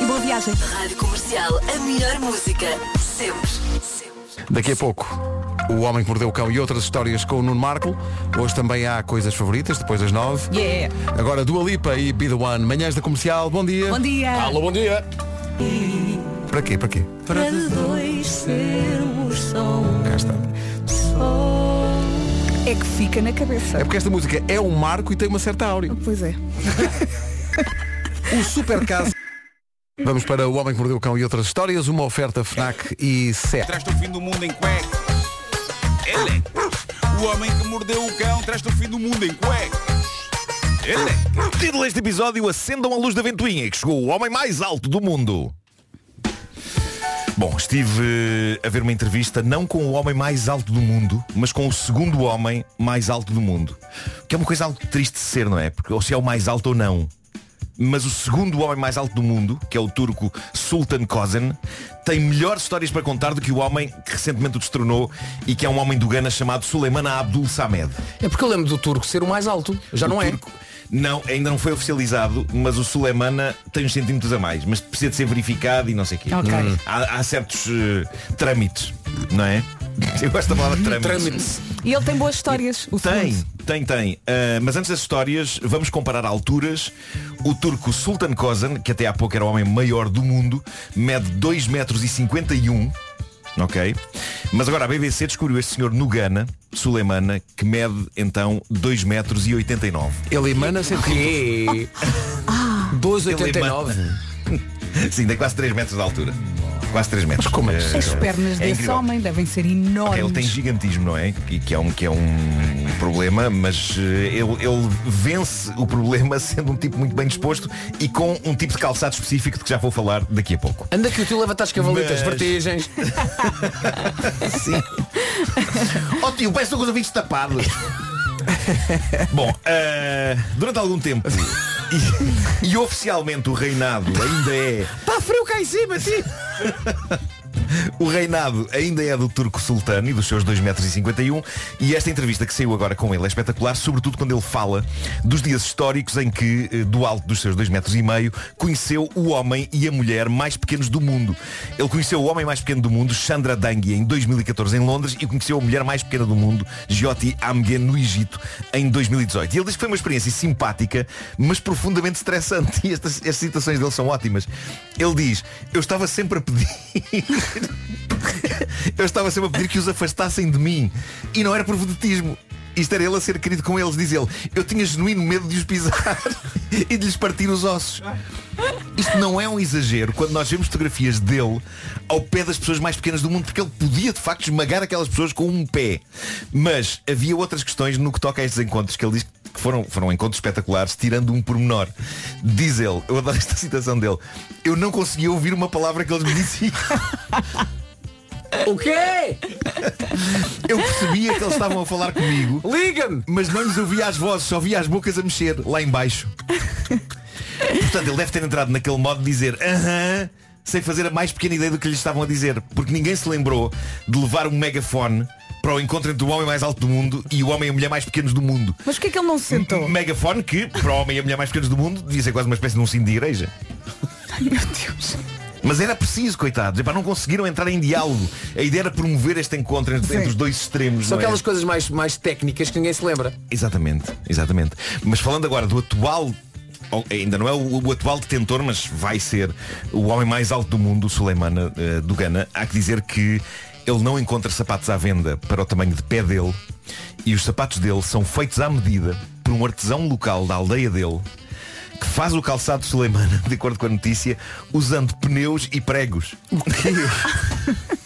Speaker 4: E boa viagem.
Speaker 9: Rádio Comercial, a melhor música. Sempre. Sempre.
Speaker 1: Daqui a pouco, o Homem que Mordeu o Cão e outras histórias com o Nuno Marco. Hoje também há coisas favoritas, depois das nove.
Speaker 4: Yeah.
Speaker 1: Agora Dua Lipa e Be The One. Manhãs da Comercial, bom dia.
Speaker 4: Bom dia. Alô,
Speaker 7: bom dia.
Speaker 1: Para quê, para quê?
Speaker 10: Para dois sermos só um
Speaker 1: Cá está.
Speaker 4: É que fica na cabeça.
Speaker 1: É porque esta música é um marco e tem uma certa áurea.
Speaker 4: Pois é.
Speaker 1: O super caso. Vamos para o Homem que Mordeu o Cão e outras histórias, uma oferta FNAC e SET.
Speaker 12: Traz-te o fim do mundo em cuecas. Electros. O homem que mordeu o cão traz-te o fim do mundo em cuecas.
Speaker 6: Ele. Título deste episódio Acendam a luz da ventoinha que chegou o homem mais alto do mundo. Bom, estive eh, a ver uma entrevista não com o homem mais alto do mundo, mas com o segundo homem mais alto do mundo. Que é uma coisa algo triste de ser, não é? Porque ou se é o mais alto ou não. Mas o segundo homem mais alto do mundo, que é o turco Sultan Kozen, tem melhores histórias para contar do que o homem que recentemente o destronou e que é um homem do Ghana chamado Suleiman Abdul Samed.
Speaker 7: É porque eu lembro do turco ser o mais alto. Já não é.
Speaker 6: Não, ainda não foi oficializado, mas o Suleimana tem uns centímetros a mais, mas precisa de ser verificado e não sei o quê.
Speaker 7: Ok. Hum.
Speaker 6: Há, há certos eh, trâmites, não é? Eu gosto da
Speaker 7: Hum.
Speaker 6: palavra trâmites.
Speaker 4: E ele tem boas histórias. O
Speaker 6: Tem,
Speaker 4: segundo.
Speaker 6: tem, tem. Ah, mas antes das histórias, vamos comparar alturas. O turco Sultan Kozan, que até há pouco era o homem maior do mundo, mede 2 metros e 51. Ok? Mas agora a BBC descobriu este senhor no Ghana, Suleimana, que mede então 2 metros e 89.
Speaker 1: Ele emana centímetros.
Speaker 6: 2,89. Sim, tem quase 3 metros de altura. Quase 3 metros. como é
Speaker 4: As pernas
Speaker 6: é
Speaker 4: desse
Speaker 6: incrível.
Speaker 4: homem devem ser
Speaker 6: Ok,
Speaker 4: enormes.
Speaker 6: ele tem gigantismo, não é? Que, que é, um, que é um problema, mas eh, ele, ele vence o problema sendo um tipo muito bem disposto e com um tipo de calçado específico de que já vou falar daqui a pouco.
Speaker 7: Anda que o tio leva-te às cavalitas,
Speaker 6: Mas-
Speaker 7: vertigens.
Speaker 6: Sim. Ó tio, peço com os ouvidos tapados. Bom, eh, durante algum tempo e, e oficialmente o reinado ainda é
Speaker 7: Está frio cá em cima, sim.
Speaker 1: O reinado ainda é do turco sultano e dos seus 2,51m e esta entrevista que saiu agora com ele é espetacular, sobretudo quando ele fala dos dias históricos em que, eh, do alto dos seus 2,5m, conheceu o homem e a mulher mais pequenos do mundo. Ele conheceu o homem mais pequeno do mundo, Chandra Dangi, em 2014 em Londres e conheceu a mulher mais pequena do mundo, Jyoti Amgen, no Egito, em 2018. E ele diz que foi uma experiência simpática, mas profundamente estressante. E estas, estas citações dele são ótimas. Ele diz, eu estava sempre a pedir eu estava sempre a pedir que os afastassem de mim. E não era por vedetismo. Isto era ele a ser querido com eles, diz ele. Eu tinha genuíno medo de os pisar e de lhes partir os ossos. Isto não é um exagero quando nós vemos fotografias dele ao pé das pessoas mais pequenas do mundo, porque ele podia de facto esmagar aquelas pessoas com um pé. Mas havia outras questões no que toca a estes encontros que ele diz que foram, foram encontros espetaculares, tirando um pormenor. Diz ele, eu adoro esta citação dele, eu não conseguia ouvir uma palavra que eles me diziam. O quê? Eu percebia que eles estavam a falar comigo. Liga-me! Mas não lhes ouvia as vozes, só via as bocas a mexer, lá em baixo. Portanto, ele deve ter entrado naquele modo de dizer aham, sem fazer a mais pequena ideia do que lhes estavam a dizer. Porque ninguém se lembrou de levar um megafone para o encontro entre o homem mais alto do mundo e o homem e a mulher mais pequenos do mundo.
Speaker 4: Mas porquê que ele não se sentou?
Speaker 1: Um megafone que, para o homem e a mulher mais pequenos do mundo, devia ser quase uma espécie de um sino de igreja.
Speaker 4: Ai, meu Deus.
Speaker 1: Mas era preciso, coitados. Epá, não conseguiram entrar em diálogo. A ideia era promover este encontro entre, entre os dois extremos.
Speaker 7: São
Speaker 1: não é?
Speaker 7: aquelas coisas mais, mais técnicas que ninguém se lembra.
Speaker 1: Exatamente, exatamente. Mas falando agora do atual ou, ainda não é o, o atual detentor, mas vai ser o homem mais alto do mundo, o Suleimana eh, do Ghana. Há que dizer que ele não encontra sapatos à venda para o tamanho de pé dele e os sapatos dele são feitos à medida por um artesão local da aldeia dele que faz o calçado de Suleimana, de acordo com a notícia, usando pneus e pregos.
Speaker 6: Ah,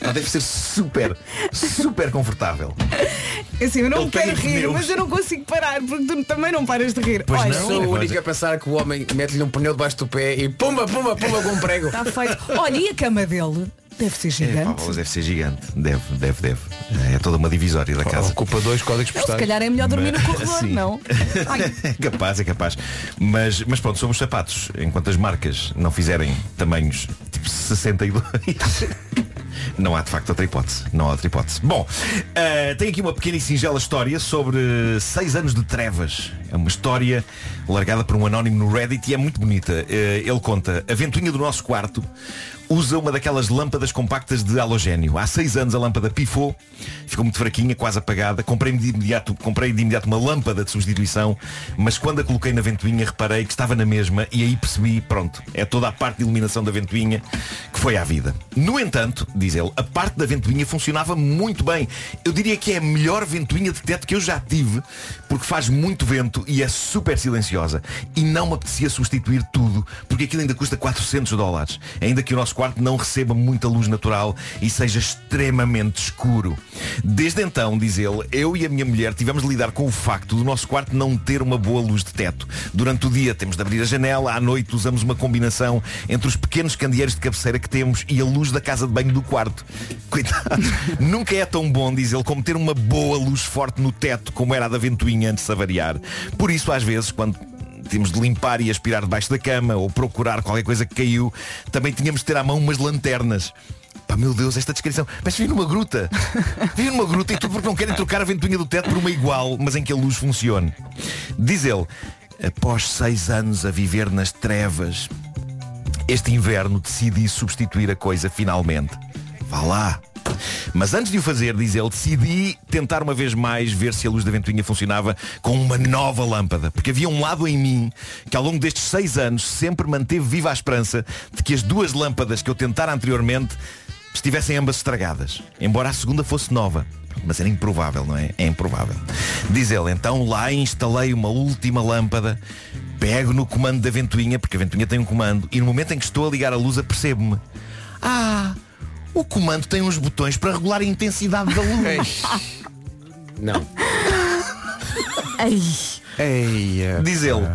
Speaker 1: Ela deve ser super, super confortável.
Speaker 4: Assim, eu não
Speaker 1: Ele tem
Speaker 4: quero
Speaker 1: os
Speaker 4: rir,
Speaker 1: pneus.
Speaker 4: mas eu não consigo parar, porque tu também não paras de rir.
Speaker 7: Pois
Speaker 4: Olha,
Speaker 7: não,
Speaker 1: é
Speaker 7: sou o único a pensar que o homem mete-lhe um pneu debaixo do pé e pumba, pumba, pumba com um prego.
Speaker 4: Está Tá feito. Olha, e a cama dele? Deve ser
Speaker 1: Epá,
Speaker 4: gigante.
Speaker 1: Bolas deve ser gigante. Deve, deve, deve. É toda uma divisória da casa. Ocupa dois códigos
Speaker 4: Ele, se calhar é melhor dormir no corredor, não?
Speaker 1: É capaz, é capaz. Mas, mas pronto, somos sapatos. Enquanto as marcas não fizerem tamanhos tipo 62. Não há de facto outra hipótese. Não há outra hipótese. Bom, eh, tem aqui uma pequena e singela história sobre seis anos de trevas. É uma história largada por um anónimo no Reddit e é muito bonita. Eh, ele conta, a ventoinha do nosso quarto usa uma daquelas lâmpadas compactas de halogénio. Há seis anos a lâmpada pifou, ficou muito fraquinha, quase apagada. Comprei de imediato, comprei de imediato uma lâmpada de substituição, mas quando a coloquei na ventoinha reparei que estava na mesma e aí percebi, pronto, é toda a parte de iluminação da ventoinha que foi à vida. No entanto, diz ele, a parte da ventoinha funcionava muito bem. Eu diria que é a melhor ventoinha de teto que eu já tive, porque faz muito vento e é super silenciosa. E não me apetecia substituir tudo, porque aquilo ainda custa 400 dólares. Ainda que o nosso quarto não receba muita luz natural e seja extremamente escuro. Desde então, diz ele, eu e a minha mulher tivemos de lidar com o facto do nosso quarto não ter uma boa luz de teto. Durante o dia temos de abrir a janela, à noite usamos uma combinação entre os pequenos candeeiros de cabeceira que temos e a luz da casa de banho do quarto. Coitado, nunca é tão bom, diz ele, como ter uma boa luz forte no teto, como era a da ventoinha antes de avariar. Por isso, às vezes, quando temos de limpar e aspirar debaixo da cama ou procurar qualquer coisa que caiu. Também tínhamos de ter à mão umas lanternas. Pá, meu Deus, esta descrição. Mas vive numa gruta. Vive numa gruta e tudo porque não querem trocar a ventoinha do teto por uma igual, mas em que a luz funcione. Diz ele, após seis anos a viver nas trevas, este inverno decidi substituir a coisa finalmente. Vá lá. Mas antes de o fazer, diz ele, decidi tentar uma vez mais ver se a luz da ventoinha funcionava com uma nova lâmpada. Porque havia um lado em mim que ao longo destes seis anos sempre manteve viva a esperança de que as duas lâmpadas que eu tentara anteriormente estivessem ambas estragadas. Embora a segunda fosse nova. Mas era improvável, não é? É improvável. Diz ele, então lá instalei uma última lâmpada Pego no comando da ventoinha, porque a ventoinha tem um comando, e no momento em que estou a ligar a luz, apercebo-me. Ah, o comando tem uns botões para regular a intensidade da luz. Não.
Speaker 13: Ai.
Speaker 1: Diz ele.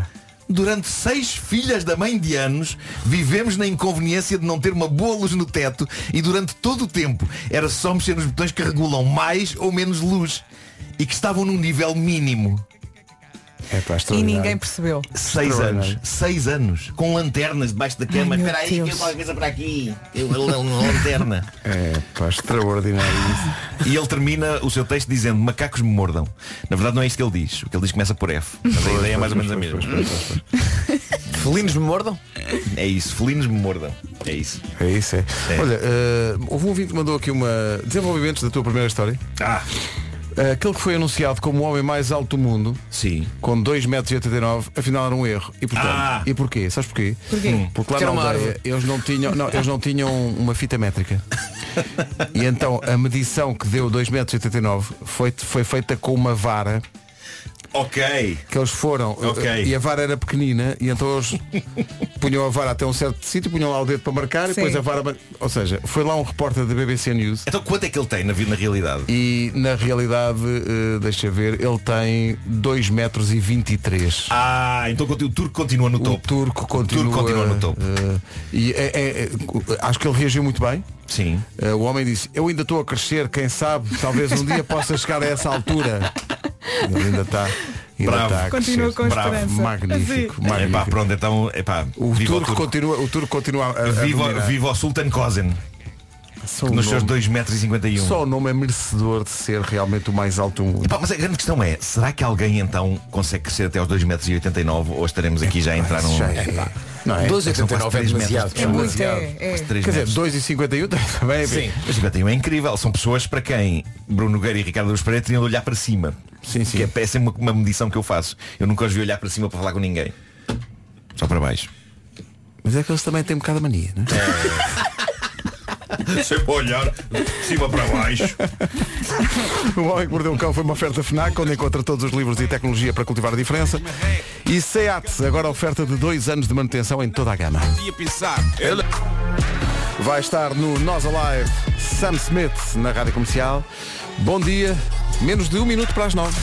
Speaker 1: Durante seis filhas da mãe de anos, vivemos na inconveniência de não ter uma boa luz no teto e durante todo o tempo era só mexer nos botões que regulam mais ou menos luz e que estavam num nível mínimo. É, pá,
Speaker 4: E
Speaker 1: extraordinário.
Speaker 4: ninguém percebeu. é
Speaker 6: Seis anos. Seis anos. Com lanternas debaixo da cama.
Speaker 4: meu
Speaker 6: Espera aí, que eu
Speaker 4: Deus.
Speaker 6: qualquer coisa para aqui. Eu, eu- eu- uma lanterna.
Speaker 1: É, pá, extraordinário
Speaker 6: isso. E ele termina o seu texto dizendo macacos me mordam. Na verdade não é isto que ele diz. O que ele diz começa por F. Mas a ideia é mais ou menos a mesma.
Speaker 7: Felinos me mordam?
Speaker 6: É isso, felinos me mordam. É isso.
Speaker 1: É isso, é. Olha, eh, houve um ouvinte que mandou aqui uma. Desenvolvimentos da tua primeira história.
Speaker 6: Ah.
Speaker 1: Aquele que foi anunciado como o homem mais alto do mundo
Speaker 6: Sim.
Speaker 1: Com 2,89m Afinal era um erro E, portanto,
Speaker 6: Ah.
Speaker 1: e porquê? Sabes porquê?
Speaker 6: Porquê?
Speaker 1: Hum. Porque lá
Speaker 6: Porque era
Speaker 1: na
Speaker 6: uma
Speaker 1: aldeia
Speaker 6: árvore.
Speaker 1: eles não, tinham, não, eles não tinham uma fita métrica E então a medição que deu 2,89m foi, foi feita com uma vara
Speaker 6: Ok.
Speaker 1: que eles foram eh,
Speaker 6: Ok.
Speaker 1: e a vara era pequenina e então eles punham a vara até um certo sítio, punham lá o dedo para marcar e
Speaker 6: Sim.
Speaker 1: depois a vara. Ou seja, foi lá um repórter da BBC News
Speaker 6: Então quanto é que ele tem na vida na realidade?
Speaker 1: e na realidade, eh, deixa ver, ele tem 2 metros e 23.
Speaker 6: Ah, então conti- o turco continua no topo.
Speaker 1: O turco continua,
Speaker 6: continua no topo.
Speaker 1: eh, e é- é- é, acho que ele reagiu muito bem. Eh,
Speaker 6: Sim.
Speaker 1: o homem disse, eu ainda estou a crescer, quem sabe, talvez um dia possa chegar a essa altura. Ele ainda está. ainda
Speaker 6: Bravo.
Speaker 1: está a
Speaker 6: Continua
Speaker 1: crescer.
Speaker 6: com a
Speaker 1: Bravo,
Speaker 6: esperança.
Speaker 1: Magnífico,
Speaker 6: É
Speaker 1: magnífico.
Speaker 6: pá, pronto, então, é pá.
Speaker 1: O turco, continua, o turco continua a, a
Speaker 6: Viva,
Speaker 1: dominar.
Speaker 6: viva o Sultan Kozen.
Speaker 1: Só o
Speaker 6: Nos seus
Speaker 1: nome.
Speaker 6: 2,51m.
Speaker 1: Só o nome é merecedor de ser realmente o mais alto do mundo.
Speaker 6: Epá, mas a grande questão é, será que alguém então consegue crescer até aos 2,89m ou estaremos aqui já a entrar num.
Speaker 1: já é.
Speaker 6: Epá.
Speaker 1: Não é?
Speaker 6: São quase
Speaker 1: 2,89 é
Speaker 6: três metros de
Speaker 1: demasiado.
Speaker 6: pessoa.
Speaker 1: É muito, é, é.
Speaker 6: Quase três
Speaker 1: Quer dizer,
Speaker 6: metros.
Speaker 1: 2,51 também é bem.
Speaker 6: Mas 51 é incrível. São pessoas para quem Bruno Nogueira e Ricardo dos Pereira tinham de olhar para cima.
Speaker 1: Sim, sim.
Speaker 6: Que é, é sempre uma, uma medição que eu faço. Eu nunca os vi olhar para cima para falar com ninguém. Só para baixo.
Speaker 1: Mas é que eles também têm um bocado de mania, não é?
Speaker 6: É sempre a olhar de cima para baixo.
Speaker 1: O Homem que Mordeu o Cão foi uma oferta FNAC, onde encontra todos os livros e tecnologia para cultivar a diferença. E SEAT, agora oferta de dois anos de manutenção em toda a gama.
Speaker 12: Ia pensar.
Speaker 1: Vai estar no Nós Alive, Sam Smith, na Rádio Comercial. Bom dia, menos de um minuto para as nove.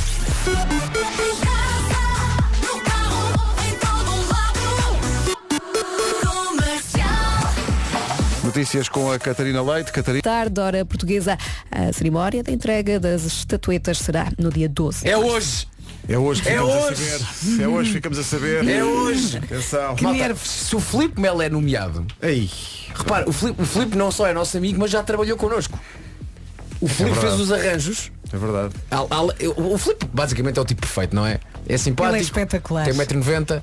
Speaker 1: Notícias com a Catarina Leite. Catarina.
Speaker 14: Tarde, hora portuguesa. A cerimónia da entrega das estatuetas será no dia 12.
Speaker 1: É hoje! É hoje que
Speaker 7: É
Speaker 1: ficamos
Speaker 7: hoje.
Speaker 1: a saber. É hoje que ficamos a saber.
Speaker 7: É hoje.
Speaker 1: Atenção.
Speaker 7: Que
Speaker 1: Malta,
Speaker 7: nervos. Se o Filipe Melo é nomeado.
Speaker 1: Ei.
Speaker 7: Repara, o Filipe, o Filipe não só é nosso amigo, mas já trabalhou connosco. O Filipe
Speaker 1: verdade.
Speaker 7: fez os arranjos.
Speaker 1: É verdade.
Speaker 7: o Filipe basicamente é o tipo perfeito, não é? É simpático.
Speaker 4: Ele é espetacular.
Speaker 7: Tem 1,90m.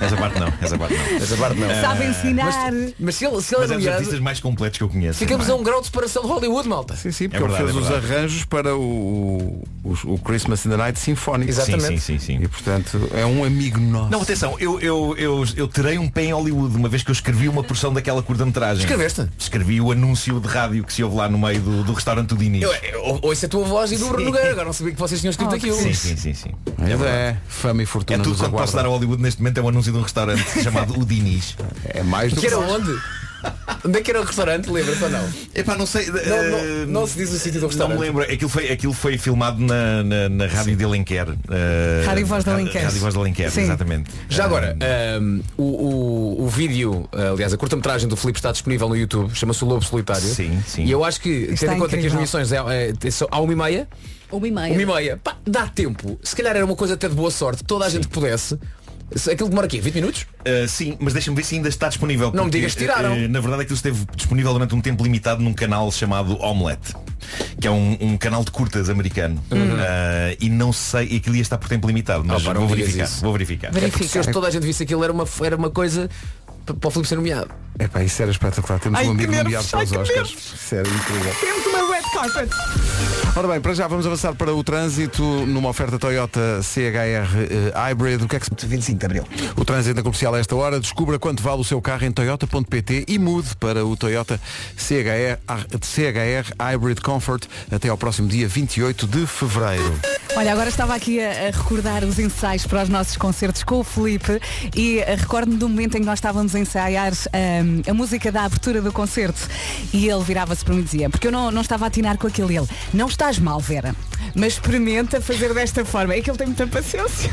Speaker 6: Essa parte não, essa parte não.
Speaker 7: Essa parte não.
Speaker 4: Sabe
Speaker 6: Eh,
Speaker 4: ensinar.
Speaker 7: Mas se ele, se ele
Speaker 6: Mas
Speaker 7: é
Speaker 6: é dos artistas
Speaker 7: nomeado,
Speaker 6: mais completos que eu conheço.
Speaker 7: ficamos a
Speaker 6: não é?
Speaker 7: um grau de separação de Hollywood, malta.
Speaker 1: Sim, sim,
Speaker 6: É
Speaker 1: porque
Speaker 6: verdade,
Speaker 1: ele fez
Speaker 6: é
Speaker 1: os
Speaker 6: verdade.
Speaker 1: arranjos para o, o, o Christmas in the Night Sinfónico.
Speaker 6: Exatamente. Sim, sim,
Speaker 1: E portanto é um amigo nosso.
Speaker 6: Não, atenção, eu, eu, eu, eu terei um pé em Hollywood, uma vez que eu escrevi uma porção daquela curta-metragem.
Speaker 7: Escreveste?
Speaker 6: Escrevi o anúncio de rádio que se ouve lá no meio do, do restaurante do Diniz.
Speaker 7: Eu, eu, ouço a tua voz e do Bruno
Speaker 6: Sim. Ah,
Speaker 7: Nogueira. Agora não sabia que vocês tinham escrito aquilo.
Speaker 6: Sim, sim, sim, sim.
Speaker 1: Ainda é, fama e fortuna
Speaker 6: É tudo
Speaker 1: nos
Speaker 6: quanto posso
Speaker 1: aguarda.
Speaker 6: dar a Hollywood neste momento é o anúncio de um restaurante chamado O Diniz.
Speaker 1: É mais
Speaker 7: Que era onde? Onde é que era o restaurante? Lembra-te ou não?
Speaker 6: Epá, não sei. Não,
Speaker 7: não, não se diz o sítio do
Speaker 6: Eh, Não
Speaker 7: restaurante.
Speaker 6: me lembro, aquilo foi, aquilo foi filmado na, na, na Rádio de Alenquer. eh,
Speaker 4: Rádio e Voz de
Speaker 6: Ra-
Speaker 4: Alenquer.
Speaker 6: Rádio e Voz de Alenquer,
Speaker 4: Sim.
Speaker 6: exatamente.
Speaker 7: Já agora, ahm, o, o, o vídeo, eh, aliás, a curta-metragem do Filipe está disponível no YouTube, chama-se O Lobo Solitário.
Speaker 6: Sim, sim.
Speaker 7: E eu acho que, tendo
Speaker 14: está
Speaker 7: em conta que
Speaker 14: incrível.
Speaker 7: as nomeações é, é, é só à uma e meia,
Speaker 14: Uma e meia.
Speaker 7: uma e meia, pá, dá tempo. Se calhar era uma coisa até de boa sorte, toda a gente que pudesse. Se- Aquilo demora aqui, 20 minutos? É
Speaker 6: Uh, sim, mas deixa-me ver se ainda está disponível.
Speaker 7: Não me
Speaker 6: porque, eh,
Speaker 7: digas que tiraram.
Speaker 6: na verdade aquilo esteve disponível durante um tempo limitado num canal chamado Omelette, que é um, um canal de curtas americano.
Speaker 7: Uhum.
Speaker 6: Uh, e não sei, e aquilo ia estar por tempo limitado, mas
Speaker 7: Ah, pá, não
Speaker 6: vou,
Speaker 7: digas
Speaker 6: verificar,
Speaker 7: isso.
Speaker 6: vou verificar.
Speaker 7: É porque se hoje toda a gente visse aquilo era uma, era uma coisa p- para o Filipe ser nomeado.
Speaker 1: É pá, isso era espetacular. Temos
Speaker 7: Ai,
Speaker 1: um
Speaker 7: que
Speaker 1: amigo
Speaker 7: nervos,
Speaker 1: nomeado
Speaker 7: ai,
Speaker 1: para os
Speaker 7: que
Speaker 1: Oscars.
Speaker 7: nervos.
Speaker 1: Isso era incrível.
Speaker 10: Temos uma red carpet.
Speaker 1: Ora bem, para já vamos avançar para o trânsito numa oferta Toyota CHR eh, Hybrid. O que é que se...
Speaker 3: 25 de Abril.
Speaker 1: O trânsito na comercial a esta hora. Descubra quanto vale o seu carro em toyota.pt e mude para o Toyota CHR, CHR Hybrid Comfort até ao próximo dia 28 de fevereiro.
Speaker 4: Olha, agora estava aqui a, a recordar os ensaios para os nossos concertos com o Felipe e eh, recordo-me do momento em que nós estávamos a ensaiar ahm, a música da abertura do concerto e ele virava-se para mim e dizia, porque eu não, não estava a atinar com aquilo e ele, não estás mal, Vera, mas experimenta fazer desta forma. É que ele tem muita paciência.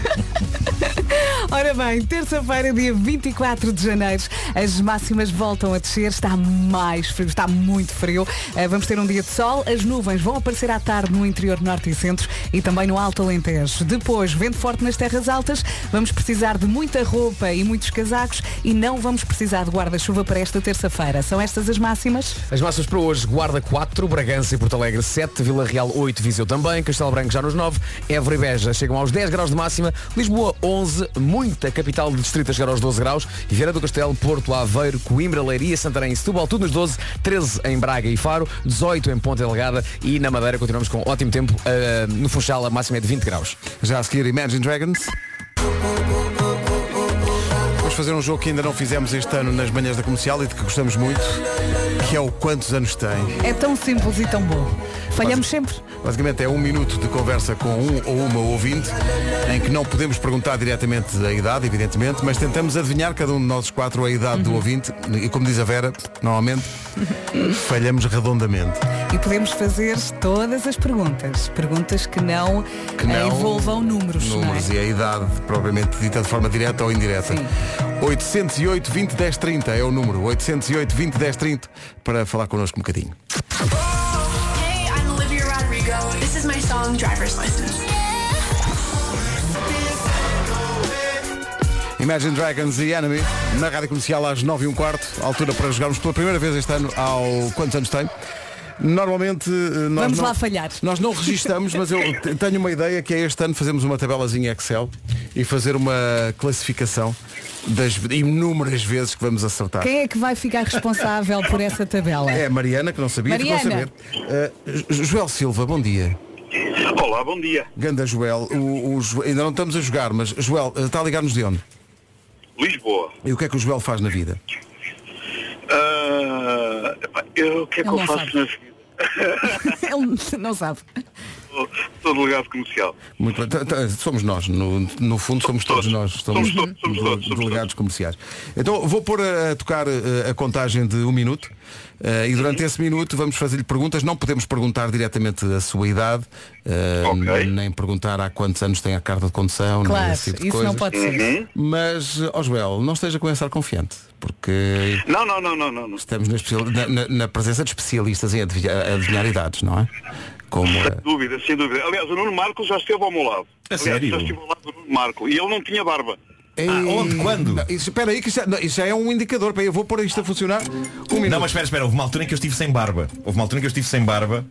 Speaker 4: Ora bem, terça-feira, dia 24 de janeiro, as máximas voltam a descer, está mais frio, está muito frio. Eh, Vamos ter um dia de sol, as nuvens vão aparecer à tarde no interior norte e centro e também no Alto Alentejo. Depois, vento forte nas terras altas, vamos precisar de muita roupa e muitos casacos e não vamos precisar de guarda-chuva para esta terça-feira. São estas as máximas?
Speaker 7: As massas para hoje, Guarda 4, Bragança e Porto Alegre 7, Vila Real 8, Viseu também, Castelo Branco já nos 9, Évora e Beja chegam aos 10 graus de máxima, Lisboa 11, muita capital de distrito a chegar aos 12 graus, e Vieira do Castelo, Porto, Aveiro, Coimbra, Leiria, Santarém e Setúbal, tudo nos 12, 13 em Braga e Faro, 18 em Ponta Delgada e na Madeira continuamos com ótimo tempo, ah, no Funchal a máxima é de 20 graus.
Speaker 1: Já a seguir, Imagine Dragons. Vamos fazer um jogo que ainda não fizemos este ano nas manhãs da comercial e de que gostamos muito, que é o Quantos Anos Tem.
Speaker 4: É tão simples e tão bom. Falhamos sempre.
Speaker 1: Basicamente é um minuto de conversa com um ou uma ouvinte, em que não podemos perguntar diretamente a idade, evidentemente, mas tentamos adivinhar cada um de nós quatro a idade
Speaker 4: Uhum.
Speaker 1: do ouvinte e como diz a Vera, normalmente falhamos redondamente.
Speaker 4: E podemos fazer todas as perguntas. Perguntas que não,
Speaker 1: Que não-
Speaker 4: eh, envolvam números. não é?
Speaker 1: Números e a idade propriamente dita de forma direta ou indireta. 808 20 10 30 é o número. 808 20 10 30 para falar connosco um bocadinho.
Speaker 15: Hey, I'm Olivia Rodrigo. This is my song Driver's License.
Speaker 1: Imagine Dragons e Enemy na rádio comercial às 9 e um quarto, altura para jogarmos pela primeira vez este ano ao quantos anos tem. Normalmente eh, nós
Speaker 4: Vamos
Speaker 1: não,
Speaker 4: lá falhar.
Speaker 1: Nós não registamos, mas eu te- tenho uma ideia que é este ano fazermos uma tabelazinha Excel e fazer uma classificação das inúmeras vezes que vamos acertar.
Speaker 4: Quem é que vai ficar responsável por essa tabela?
Speaker 1: É a Mariana, que não sabia, ficou a
Speaker 4: Mariana.
Speaker 1: saber. Eh, Jo- Joel Silva, bom dia.
Speaker 16: Olá, bom dia.
Speaker 1: Ganda Joel, o, o Jo- ainda não estamos a jogar, mas Joel, eh, está a ligar-nos de onde?
Speaker 16: Lisboa.
Speaker 1: E o que é que o Joel faz na vida?
Speaker 16: Ah, epá, eu, o que é que
Speaker 4: Ele
Speaker 16: eu
Speaker 4: não
Speaker 16: faço
Speaker 4: sabe.
Speaker 16: na vida?
Speaker 4: Ele não sabe.
Speaker 16: Sou- Sou delegado comercial.
Speaker 1: Muito bem. T- t- Somos nós, no, no fundo somos todos nós, somos, dele- delegados comerciais. Então vou pôr a, a tocar eh, a contagem de um minuto eh, e durante esse minuto vamos fazer-lhe perguntas. Não podemos perguntar diretamente a sua idade, eh, nem perguntar há quantos anos tem a carta de condução, nem
Speaker 4: Claro,
Speaker 1: esse tipo de
Speaker 4: isso
Speaker 1: coisas.
Speaker 4: não pode ser. Uhum.
Speaker 1: Mas, ó Joel, não esteja a começar confiante, porque
Speaker 16: Não, não, não, não, não. não.
Speaker 1: estamos na, especial- na- na- na presença de especialistas em adivinhar, a adivinhar idades, não é? Como é a-
Speaker 16: Sem dúvida, sem dúvida. Aliás, o Nuno Marco já esteve ao meu lado.
Speaker 1: A
Speaker 16: Aliás,
Speaker 1: sério?
Speaker 16: Já estive ao lado do Nuno Marco. E ele não tinha barba.
Speaker 1: onde? Quando? espera aí, que já, não, isso já é um indicador. Peraí, eu vou pôr isto a funcionar. Um
Speaker 6: Não,
Speaker 1: minuto.
Speaker 6: mas espera, espera, houve uma altura em que eu estive sem barba. Houve uma altura em que eu estive sem barba,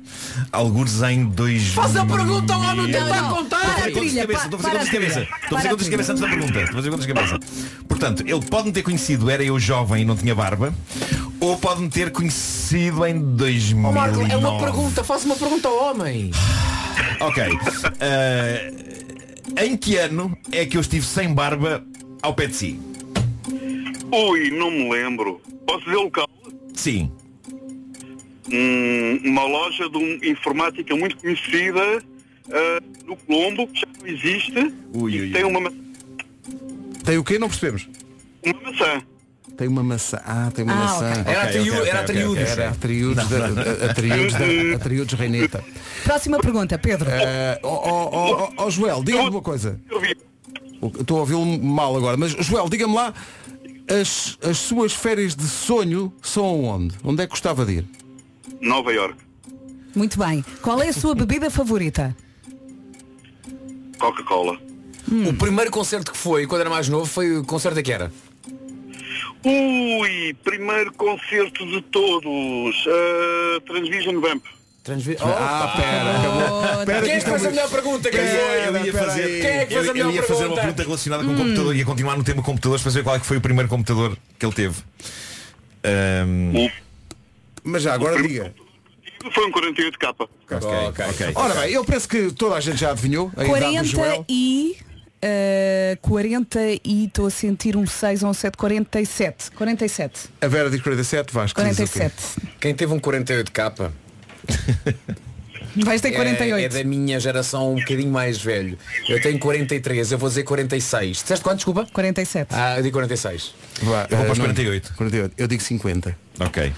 Speaker 6: algures em dois.
Speaker 7: Faça a pergunta lá, não tenta
Speaker 6: Não, não.
Speaker 7: contar.
Speaker 6: Estou a fazer
Speaker 7: Para
Speaker 6: contas
Speaker 7: a
Speaker 6: de
Speaker 7: trilha,
Speaker 6: cabeça,
Speaker 7: pa-
Speaker 6: estou a fazer
Speaker 7: para a
Speaker 6: contas de cabeça.
Speaker 7: trilha.
Speaker 6: Estou a fazer
Speaker 7: Para a
Speaker 6: contas de cabeça antes da
Speaker 7: trilha.
Speaker 6: pergunta. Estou a fazer contas de cabeça. Portanto, ele pode-me ter conhecido, era eu jovem e não tinha barba, ou pode-me ter conhecido em 2000.
Speaker 7: Ó Marco, é uma pergunta, faça uma pergunta ao homem.
Speaker 6: Ok. Ah, em que ano é que eu estive sem barba ao pé de si?
Speaker 16: Ui, não me lembro. Posso dizer o local?
Speaker 6: Sim.
Speaker 16: Hum, uma loja de um- informática muito conhecida ah, no Colombo, que já não existe. e tem uma maçã.
Speaker 1: Tem o quê? Não percebemos.
Speaker 16: Uma maçã.
Speaker 1: Tem uma maçã. Ah, tem uma
Speaker 16: Ah,
Speaker 1: maçã.
Speaker 16: ok. Era
Speaker 1: Ok,
Speaker 16: atriú-
Speaker 1: ok, ok, ok,
Speaker 16: era atriúdos.
Speaker 1: ok. Era atriúdos da, a- atriúdos da, atriúdos reineta.
Speaker 4: Próxima pergunta, Pedro.
Speaker 1: Ó ó, ó, ó, Joel, diga-me uma coisa. O- Estou a ouvi-lo mal agora, mas Joel, diga-me lá, as, as suas férias de sonho são onde? Onde é que gostava de ir?
Speaker 16: Nova York.
Speaker 4: Muito bem. Qual é a sua bebida favorita?
Speaker 16: Coca-Cola.
Speaker 7: Hum. O primeiro concerto que foi, quando era mais novo, foi o concerto a que era?
Speaker 16: Ui, primeiro concerto de todos. Uh, Transvision Vamp.
Speaker 7: Ah, pera, acabou. Pera, Quem é que fez a melhor pergunta? Quem foi?
Speaker 6: Eu ia fazer,
Speaker 7: Quem é que fez
Speaker 6: eu,
Speaker 7: a
Speaker 6: eu
Speaker 7: melhor
Speaker 6: ia fazer uma
Speaker 7: pergunta?
Speaker 6: pergunta relacionada com o computador ia continuar no tema computadores para saber qual é que foi o primeiro computador que ele teve. Ahm,
Speaker 1: Mas já agora diga.
Speaker 16: Foi um 48K.
Speaker 6: ok, ok.
Speaker 1: Ora bem, eu penso que toda a gente já adivinhou a idade do
Speaker 4: 40
Speaker 1: Joel.
Speaker 4: e. eh, 40 e estou a sentir um 6 ou um 7, 47. 47.
Speaker 1: A Vera diz 47, Vasco. diz o quê?
Speaker 4: 47.
Speaker 7: Quem teve um 48 capa?
Speaker 4: Vais ter 48.
Speaker 7: É, da minha geração um bocadinho mais velho. Eu tenho 43, eu vou dizer 46. Disseste quanto, desculpa?
Speaker 4: 47.
Speaker 7: Ah, eu digo 46.
Speaker 1: Vá,
Speaker 7: Eu
Speaker 1: eh,
Speaker 7: vou para os
Speaker 1: Nuno.
Speaker 7: 48.
Speaker 1: 48. Eu digo 50.
Speaker 6: Ok.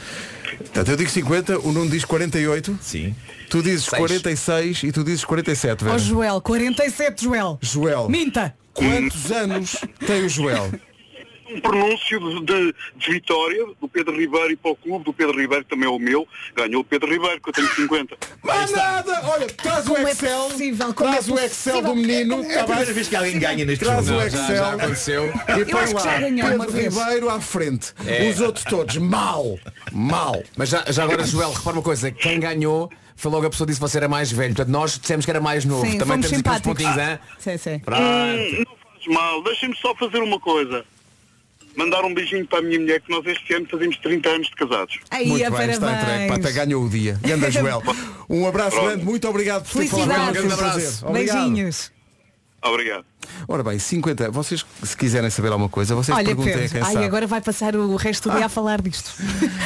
Speaker 1: Portanto, eu digo 50, o Nuno diz 48.
Speaker 6: Sim.
Speaker 1: Tu dizes
Speaker 4: Seis.
Speaker 1: 46 e tu dizes 47,
Speaker 4: Ó
Speaker 1: Vera.
Speaker 4: Joel, 47, Joel.
Speaker 1: Joel.
Speaker 4: Minta.
Speaker 1: Quantos anos tem o Joel?
Speaker 16: um pronúncio de, de- de vitória do Pedro Ribeiro e para o clube do Pedro Ribeiro, que também é o meu, ganhou o Pedro Ribeiro, que eu tenho 50.
Speaker 1: Mas nada! Olha, traz o Excel, traz o Excel do menino.
Speaker 6: É a primeira vez que alguém ganha neste
Speaker 1: Traz
Speaker 6: jogo.
Speaker 1: o
Speaker 6: Já-
Speaker 1: Excel.
Speaker 6: já aconteceu.
Speaker 1: E
Speaker 6: Eu
Speaker 1: põe
Speaker 6: acho que
Speaker 1: lá,
Speaker 6: já ganhou
Speaker 1: Pedro
Speaker 6: uma vez.
Speaker 1: Ribeiro à frente.
Speaker 7: É.
Speaker 1: Os outros todos, mal. Mal.
Speaker 7: Mas já, já agora, Joel, repara uma coisa, quem ganhou foi logo a pessoa que disse que você era mais velho. Portanto, nós dissemos que era mais novo.
Speaker 4: Sim,
Speaker 7: Também
Speaker 4: fomos
Speaker 7: temos aqui uns
Speaker 4: simpáticos.
Speaker 7: pontinhos, hã?
Speaker 4: Sim, sim.
Speaker 16: Hum, não faz mal, deixem-me só fazer uma coisa. Mandar um beijinho para a minha mulher, que nós este ano fazemos 30 anos de casados.
Speaker 4: Aí,
Speaker 1: Muito
Speaker 4: é,
Speaker 1: bem, está
Speaker 4: parabéns.
Speaker 1: entregue. Pá, até ganhou o dia. Ganda Joel. Um abraço
Speaker 16: Pronto.
Speaker 1: grande, muito obrigado por ter falado
Speaker 4: Felicidades.
Speaker 1: connosco. Foi um prazer. Obrigado.
Speaker 4: Beijinhos.
Speaker 16: Obrigado.
Speaker 1: Ora bem, 50. Vocês, se quiserem saber alguma coisa, vocês
Speaker 4: Olha,
Speaker 1: perguntem a
Speaker 4: Pedro,
Speaker 1: quem
Speaker 4: ai,
Speaker 1: sabe.
Speaker 4: agora vai passar o resto do dia a falar disto.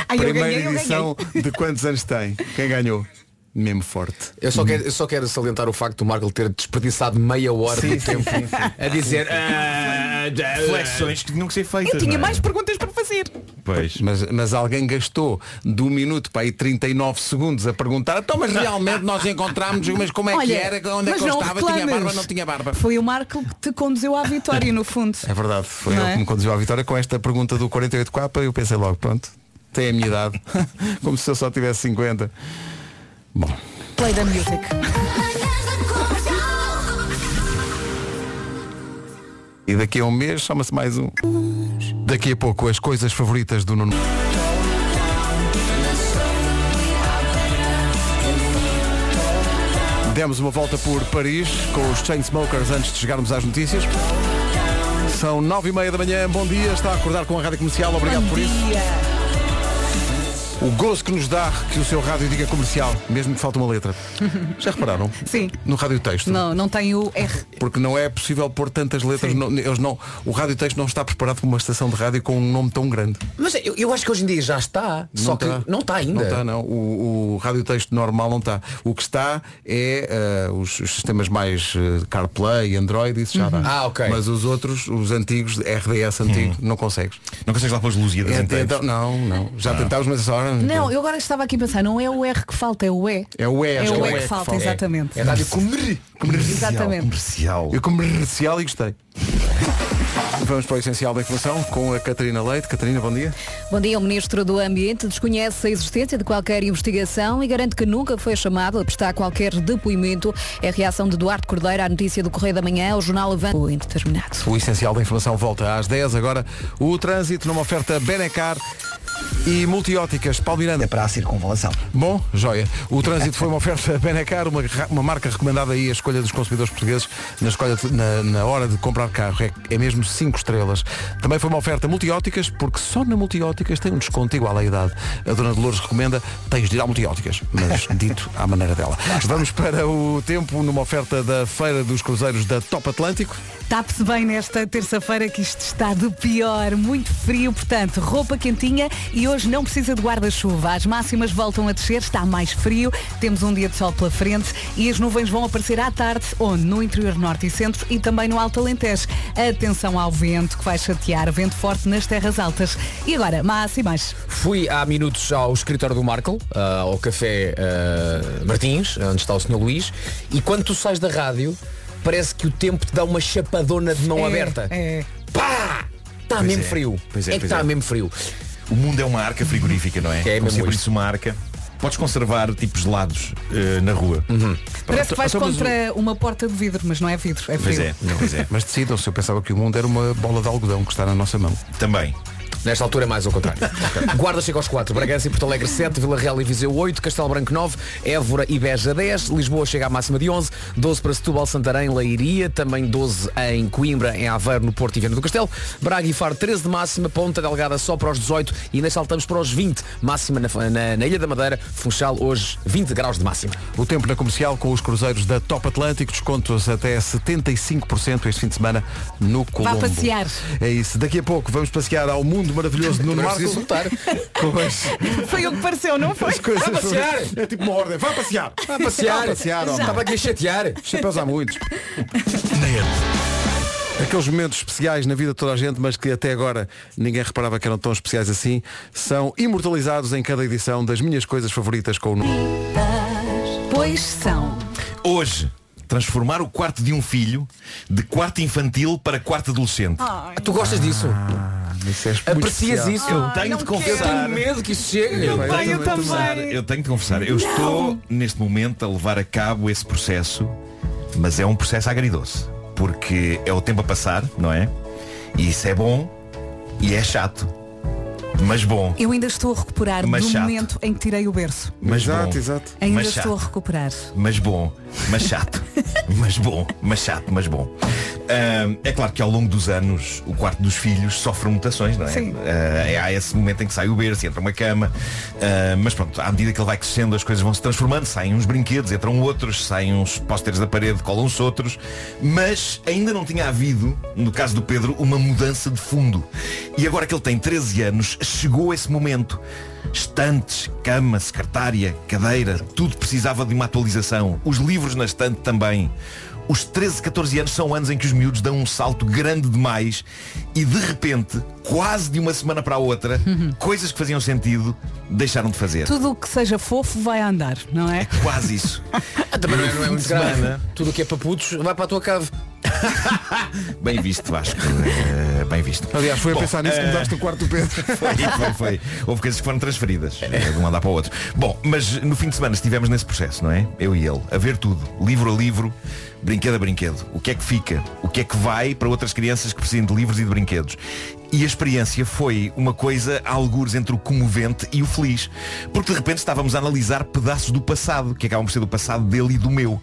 Speaker 4: Ai, eu
Speaker 1: Primeira
Speaker 4: ganhei, eu ganhei.
Speaker 1: edição de quantos anos tem? Quem ganhou? Mesmo forte.
Speaker 7: Eu só, quero, eu só quero salientar o facto do Marco ter desperdiçado meia hora
Speaker 1: Sim,
Speaker 7: de
Speaker 1: sim,
Speaker 7: tempo
Speaker 1: sim, sim.
Speaker 7: a dizer "Ah, ah, ah".
Speaker 6: Flexões que tinham que ser feitas.
Speaker 4: Eu tinha
Speaker 6: não é?
Speaker 4: mais perguntas para fazer.
Speaker 6: Pois.
Speaker 1: Mas, mas alguém gastou de um minuto para aí 39 segundos a perguntar, então mas realmente nós encontramos, mas como é que
Speaker 4: Olha,
Speaker 1: era, onde é que
Speaker 4: mas
Speaker 1: eu
Speaker 4: não
Speaker 1: estava, tinha barba,
Speaker 4: reclames.
Speaker 1: não tinha barba.
Speaker 4: Foi o Marco que te conduziu à vitória, no fundo.
Speaker 1: É verdade, foi
Speaker 4: Não
Speaker 1: ele
Speaker 4: é?
Speaker 1: que me conduziu à vitória com esta pergunta do 48K e eu pensei logo, pronto, tem a minha idade, como se eu só tivesse 50.
Speaker 4: Play the music.
Speaker 1: E daqui a um mês chama-se mais um. Daqui a pouco as coisas favoritas do Nuno. Demos uma volta por Paris com os Chainsmokers antes de chegarmos às notícias. São nove e meia da manhã, bom dia, está a acordar com a Rádio Comercial, obrigado por isso. O gozo que nos dá que o seu rádio diga comercial, mesmo que falte uma letra. Já repararam?
Speaker 4: Sim.
Speaker 1: No rádio texto.
Speaker 4: Não, não tem o R.
Speaker 1: Porque não é possível pôr tantas letras. não- eles não, o rádio texto não está preparado para uma estação de rádio com um nome tão grande.
Speaker 7: Mas eu, eu acho que hoje em dia já está.
Speaker 1: Não
Speaker 7: só
Speaker 1: está.
Speaker 7: que não tá. está ainda.
Speaker 1: Não está, não. O, o rádio texto normal não está. O que está é ah, os, os sistemas mais ah, CarPlay, Android, isso já
Speaker 7: Uhum.
Speaker 1: dá.
Speaker 7: Ah, ok. Uhum.
Speaker 1: Mas os outros, os antigos, RDS antigo, não consegues.
Speaker 6: Não consegues lá pôr as luzidas
Speaker 1: Ent-
Speaker 6: inteiras.
Speaker 1: então, não, não. Já
Speaker 7: Ah.
Speaker 1: tentámos, mas agora.
Speaker 4: Não, eu agora estava aqui a pensar, não é o R que falta, é o E.
Speaker 1: É o E,
Speaker 4: É
Speaker 1: acho que
Speaker 4: o E que falta, exatamente.
Speaker 1: É, rádio comer- comercial.
Speaker 4: Exatamente.
Speaker 6: Comercial.
Speaker 1: Eu comercial e gostei. Vamos para o essencial da informação com a Catarina Leite. Catarina, bom dia.
Speaker 14: Bom dia, o Ministro do Ambiente desconhece a existência de qualquer investigação e garante que nunca foi chamado a prestar qualquer depoimento. É a reação de Duarte Cordeiro à notícia do Correio da Manhã, ao jornal Avanço O Indeterminado.
Speaker 1: O essencial da informação volta às 10. Agora, o trânsito numa oferta Benecar e multióticas. Paulo Miranda.
Speaker 3: É Para a circunvalação.
Speaker 1: Bom, joia. O trânsito foi uma oferta Benecar, uma, ra- uma marca recomendada aí à escolha dos consumidores portugueses na, escolha de- na, na hora de comprar carro. É, é mesmo 5 estrelas. Também foi uma oferta multióticas, porque só na multióticas tem um desconto igual à idade. A dona Dolores recomenda, tens de ir à multióticas, mas dito à maneira dela. Vamos para o tempo numa oferta da Feira dos Cruzeiros da Top Atlântico.
Speaker 4: Tape-se bem nesta terça-feira que isto está do pior, muito frio, portanto, roupa quentinha e hoje não precisa de guarda-chuva. As máximas voltam a descer, está mais frio, temos um dia de sol pela frente e as nuvens vão aparecer à tarde, onde? No interior norte e centro e também no Alto Alentejo. Atenção ao vento que vai chatear, vento forte nas terras altas. E agora, máximas.
Speaker 7: Fui há minutos ao escritório do Marco, ah, ao café ah, Martins, onde está o Sr. Luís, e quando tu sais da rádio, parece que o tempo te dá uma chapadona de mão
Speaker 4: É,
Speaker 7: aberta.
Speaker 4: É.
Speaker 7: Pá! Está
Speaker 6: Pois
Speaker 7: mesmo
Speaker 6: é.
Speaker 7: frio.
Speaker 6: Pois é,
Speaker 7: que
Speaker 6: pois
Speaker 7: está
Speaker 6: é.
Speaker 7: mesmo frio.
Speaker 6: O mundo é uma arca frigorífica, não é? É Como
Speaker 7: mesmo
Speaker 6: se
Speaker 7: isso.
Speaker 6: abrisse uma arca. Podes conservar tipos de lados na rua.
Speaker 4: Parece que
Speaker 6: Então, mas
Speaker 4: vais
Speaker 6: o-
Speaker 1: É
Speaker 4: contra Eh, uma porta de vidro, mas não é vidro, é
Speaker 6: Pois
Speaker 4: frio.
Speaker 6: é, pois é.
Speaker 1: Mas decidam-se, eu pensava que o mundo era uma bola de algodão que está na nossa mão.
Speaker 6: Também.
Speaker 7: Nesta altura é mais ao contrário. Guarda chega aos 4, Bragança e Porto Alegre 7, Vila Real e Viseu 8, Castelo Branco 9, Évora e Beja 10, Lisboa chega à máxima de 11, 12 para Setúbal, Santarém, Leiria, também 12 em Coimbra, em Aveiro, no Porto e Viana do Castelo, Braga e Faro 13 de máxima, Ponta Delgada só para os 18 e ainda saltamos para os 20, máxima na, na- na Ilha da Madeira, Funchal hoje 20 graus de máxima.
Speaker 1: O tempo na comercial com os cruzeiros da Top Atlântico, descontos até 75% este fim de semana no Colombo.
Speaker 4: passear.
Speaker 1: É isso. Daqui a pouco vamos passear ao mundo maravilhoso de Nuno
Speaker 7: Não é
Speaker 1: Marco.
Speaker 7: preciso lutar.
Speaker 1: Com as,
Speaker 4: Foi o que pareceu, não foi?
Speaker 1: as coisas.
Speaker 7: Vá passear!
Speaker 1: É tipo uma ordem. Vá passear! Vá Vá
Speaker 7: passear!
Speaker 1: passear, homem.
Speaker 7: Estava aqui a chatear.
Speaker 1: Chapéus há muitos. Aqueles momentos especiais na vida de toda a gente, mas que até agora ninguém reparava que eram tão especiais assim, são imortalizados em cada edição das minhas coisas favoritas com o Nuno.
Speaker 4: Pois são.
Speaker 6: Hoje,
Speaker 7: Transformar o quarto de um filho de quarto infantil para quarto adolescente.
Speaker 4: Ah.
Speaker 1: Tu gostas disso? Ah, Aprecias isso?
Speaker 7: Eu tenho de confessar.
Speaker 1: Eu tenho medo que isso chegue. Então,
Speaker 7: confessar,
Speaker 1: é
Speaker 7: eu tenho de confessar. Eu estou neste momento a levar a cabo esse processo, mas é um processo agridoce. Porque é o tempo a passar, não é? E isso é bom e é chato. Mas bom.
Speaker 4: Eu ainda estou a recuperar
Speaker 7: Mas
Speaker 4: do
Speaker 7: chato.
Speaker 4: momento em que tirei o berço.
Speaker 7: Mas Exato, bom. exato.
Speaker 4: Ainda
Speaker 7: Mas
Speaker 4: estou a
Speaker 7: chato.
Speaker 4: recuperar.
Speaker 7: mas bom, mas chato, mas bom, mas chato, mas bom. Ahm, é claro que ao longo dos anos o quarto dos filhos sofre mutações, não é?
Speaker 6: Sim.
Speaker 7: Ah, é- há esse momento em que sai o berço, entra uma cama, ah, mas pronto, à medida que ele vai crescendo as coisas vão se transformando, saem uns brinquedos, entram outros, saem uns pósteres da parede, colam-se outros, mas ainda não tinha havido, no caso do Pedro, uma mudança de fundo. E agora que ele tem 13 anos, chegou esse momento. Estantes, cama, secretária, cadeira, tudo precisava de uma atualização. Os livros na estante também. Os 13, 14 anos são anos em que os miúdos dão um salto grande demais e de repente, quase de uma semana para a outra, coisas que faziam sentido deixaram de fazer.
Speaker 4: Tudo o que seja fofo vai andar, não é?
Speaker 7: Quase isso.
Speaker 1: Também não é, não é
Speaker 7: Fim de
Speaker 1: muito
Speaker 7: semana.
Speaker 1: grave. Tudo o que é paputos vai para a tua cave.
Speaker 7: Bem visto, Vasco. Eh, bem visto.
Speaker 17: Aliás, foi a
Speaker 7: Bom,
Speaker 17: pensar nisso que
Speaker 7: eh,
Speaker 17: mudaste o quarto do Pedro.
Speaker 7: Foi, foi, foi. Houve coisas que foram transferidas eh, de um andar para o outro. Bom, mas no fim de semana estivemos nesse processo, não é? Eu e ele, a ver tudo, livro a livro, brinquedo a brinquedo. O que é que fica? O que é que vai para outras crianças que precisam de livros e de brinquedos? E a experiência foi uma coisa a algures entre o comovente e o feliz. Porque de repente estávamos a analisar pedaços do passado, que acabam por ser do passado dele e do meu.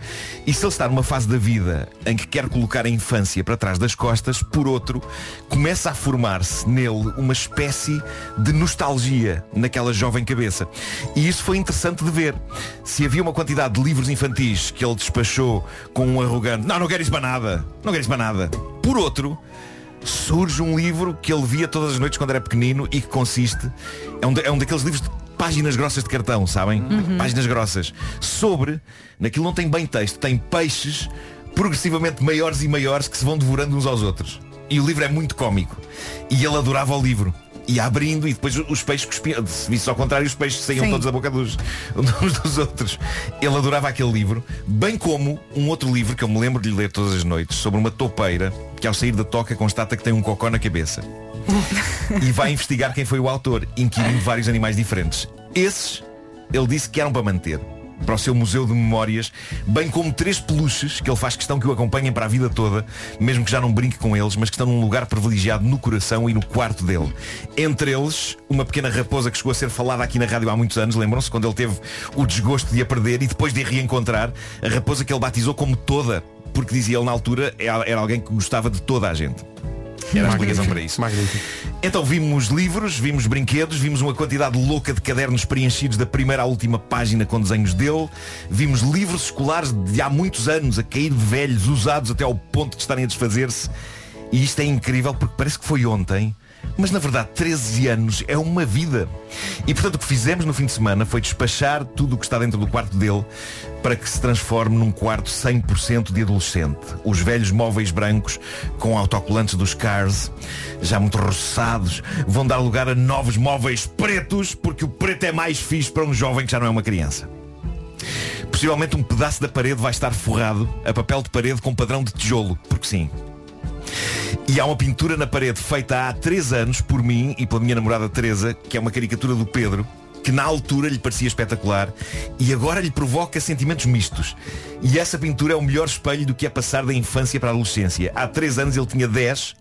Speaker 7: E se ele está numa fase da vida em que quer colocar a infância para trás das costas, por outro, começa a formar-se nele uma espécie de nostalgia naquela jovem cabeça. E isso foi interessante de ver. Se havia uma quantidade de livros infantis que ele despachou com um arrogante, não, não quero isso para nada, não quero isso para nada. Por outro, surge um livro que ele via todas as noites quando era pequenino e que consiste, é um, da- é um daqueles livros de páginas grossas de cartão, sabem?
Speaker 6: Uhum.
Speaker 7: Páginas grossas. Sobre, naquilo não tem bem texto, tem peixes progressivamente maiores e maiores que se vão devorando uns aos outros. E o livro é muito cómico. E ele adorava o livro. E abrindo e depois os peixes cuspiam. Se visse ao contrário, os peixes saíam
Speaker 6: Sim.
Speaker 7: todos da boca dos, uns dos outros. Ele adorava aquele livro, bem como um outro livro que eu me lembro de lhe ler todas as noites, sobre uma toupeira que ao sair da toca constata que tem um cocó na cabeça. e vai investigar quem foi o autor, inquirindo vários animais diferentes. Esses, ele disse que eram para manter para o seu museu de memórias, bem como três peluches que ele faz questão que o acompanhem para a vida toda, mesmo que já não brinque com eles, mas que estão num lugar privilegiado no coração e no quarto dele. Entre eles, uma pequena raposa que chegou a ser falada aqui na rádio há muitos anos, lembram-se, quando ele teve o desgosto de a perder e depois de a reencontrar, a raposa que ele batizou como toda, porque dizia ele na altura, era era alguém que gostava de toda a gente. Era a explicação para isso. Então vimos livros, vimos brinquedos, vimos uma quantidade louca de cadernos preenchidos da primeira à última página com desenhos dele, vimos livros escolares de há muitos anos a cair de velhos, usados até ao ponto de estarem a desfazer-se. E isto é incrível porque parece que foi ontem, mas na verdade 13 anos é uma vida. E portanto o que fizemos no fim de semana foi despachar tudo o que está dentro do quarto dele para que se transforme num quarto 100% de adolescente. Os velhos móveis brancos com autocolantes dos cars, já muito roçados, vão dar lugar a novos móveis pretos, porque o preto é mais fixe para um jovem que já não é uma criança. Possivelmente um pedaço da parede vai estar forrado a papel de parede com padrão de tijolo, porque sim. E há uma pintura na parede feita há 3 anos por mim e pela minha namorada Teresa, que é uma caricatura do Pedro, que na altura lhe parecia espetacular e agora lhe provoca sentimentos mistos. E essa pintura é o melhor espelho do que é passar da infância para a adolescência. Há 3 anos ele tinha 10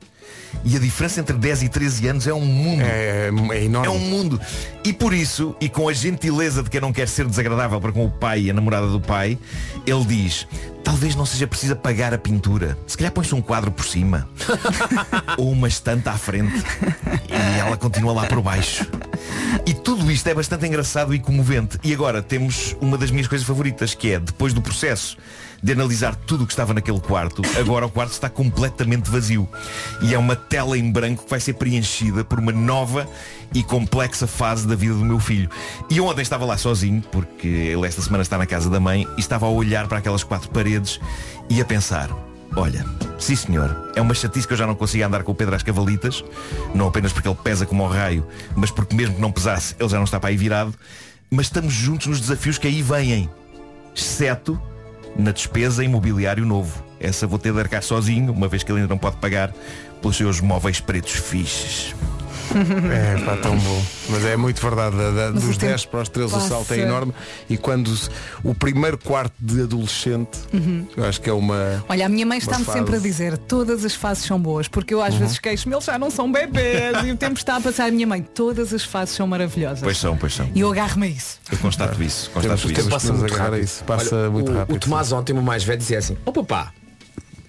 Speaker 7: e a diferença entre 10 e 13 anos é um mundo. É, enorme. É um mundo. E por isso, e com a gentileza de quem não quer ser desagradável para com o pai e a namorada do pai, ele diz, talvez não seja preciso apagar a pintura. Se calhar põe-se um quadro por cima. ou uma estante à frente. E ela continua lá por baixo. E tudo isto é bastante engraçado e comovente. E agora temos uma das minhas coisas favoritas, que é, depois do processo de analisar tudo o que estava naquele quarto, agora o quarto está completamente vazio. E é uma tela em branco que vai ser preenchida por uma nova e complexa fase da vida do meu filho. E eu ontem estava lá sozinho, porque ele esta semana está na casa da mãe, e estava a olhar para aquelas quatro paredes e a pensar, olha, sim senhor, é uma chatice que eu já não consigo andar com o Pedro às cavalitas, não apenas porque ele pesa como um raio, mas porque mesmo que não pesasse, ele já não está para aí virado, mas estamos juntos nos desafios que aí vêm, exceto
Speaker 6: na despesa imobiliário novo. Essa vou ter de arcar sozinho, uma vez que ele ainda não pode pagar pelos seus móveis pretos fixes.
Speaker 1: É pá, tão bom. Mas é muito verdade. da- da-
Speaker 6: Mas o
Speaker 1: dos
Speaker 6: tempo
Speaker 1: 10 para os 13 o salto é
Speaker 6: passa.
Speaker 1: enorme. E quando se- o primeiro quarto de adolescente,
Speaker 4: Uhum.
Speaker 1: eu acho que é uma.
Speaker 4: Olha, a minha mãe está-me
Speaker 1: uma
Speaker 4: sempre a
Speaker 1: fase.
Speaker 4: dizer todas as fases são boas, porque eu às
Speaker 1: Uhum.
Speaker 4: vezes queixo-me, eles já não são bebês e o tempo está a passar. A minha mãe, todas as fases são maravilhosas.
Speaker 6: Pois são, pois são.
Speaker 4: E eu agarro-me a isso.
Speaker 6: Eu constato isso.
Speaker 1: Temos-
Speaker 6: Constato isso.
Speaker 1: temos que Passa nos muito agarrar a rápido. isso, passa
Speaker 7: Olha,
Speaker 1: muito
Speaker 7: o,
Speaker 1: rápido,
Speaker 7: O Tomás ontem, o meu mais velho, dizia assim, ó papá,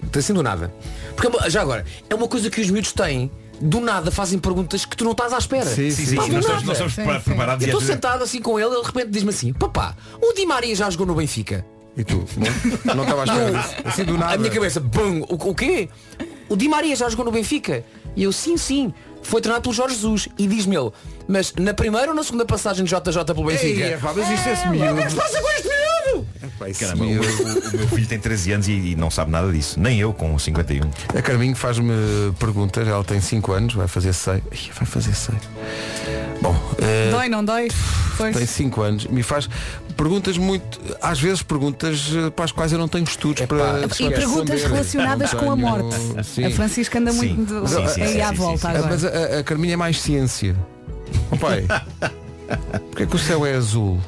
Speaker 7: está assim do nada. Porque é uma- já agora, é uma coisa que os miúdos têm. Do nada fazem perguntas que tu não estás à espera.
Speaker 6: Sim, sim, sim,
Speaker 7: Pá,
Speaker 6: sim,
Speaker 7: do
Speaker 6: nós
Speaker 7: nada.
Speaker 6: estamos- nós estamos Sim, pre- sim. preparados
Speaker 7: Eu
Speaker 6: e
Speaker 7: estou
Speaker 6: às
Speaker 1: é-
Speaker 6: vezes-
Speaker 7: sentado assim com ele, ele de repente diz-me assim, papá, o Di Maria já jogou no Benfica.
Speaker 1: E tu? Não estava à espera disso. Assim do nada.
Speaker 7: A minha cabeça, bum, o, o quê? O Di Maria já jogou no Benfica? E eu, sim, sim. Foi treinado pelo Jorge Jesus. E diz-me ele, mas na primeira ou na segunda passagem de JJ pelo Benfica?
Speaker 1: Ei, pá, mas isto é esse
Speaker 7: É,
Speaker 1: miúdo.
Speaker 7: o que é que se passa com este miúdo?
Speaker 6: Caramba, o, meu- o meu filho tem 13 anos e, e não sabe nada disso. Nem eu com 51.
Speaker 1: A Carminho faz-me perguntas, ela tem 5 anos, vai fazer 6. Vai fazer 6. Bom, eh,
Speaker 4: Dói, não dói? Pois.
Speaker 1: tem 5 anos, me faz perguntas muito, às vezes perguntas eh, para as quais eu não tenho estudos para
Speaker 4: E
Speaker 1: para
Speaker 4: é perguntas
Speaker 1: responder.
Speaker 4: relacionadas
Speaker 1: Não
Speaker 4: com a
Speaker 1: tenho-
Speaker 4: morte.
Speaker 1: Sim.
Speaker 4: A Francisca anda
Speaker 1: Sim.
Speaker 4: muito de-
Speaker 1: Sim, sim,
Speaker 4: aí
Speaker 1: sim,
Speaker 4: à
Speaker 1: sim,
Speaker 4: volta
Speaker 1: sim, sim.
Speaker 4: agora.
Speaker 1: Mas a, a Carminha é mais ciência. Oh, pai, porque é que o céu é azul?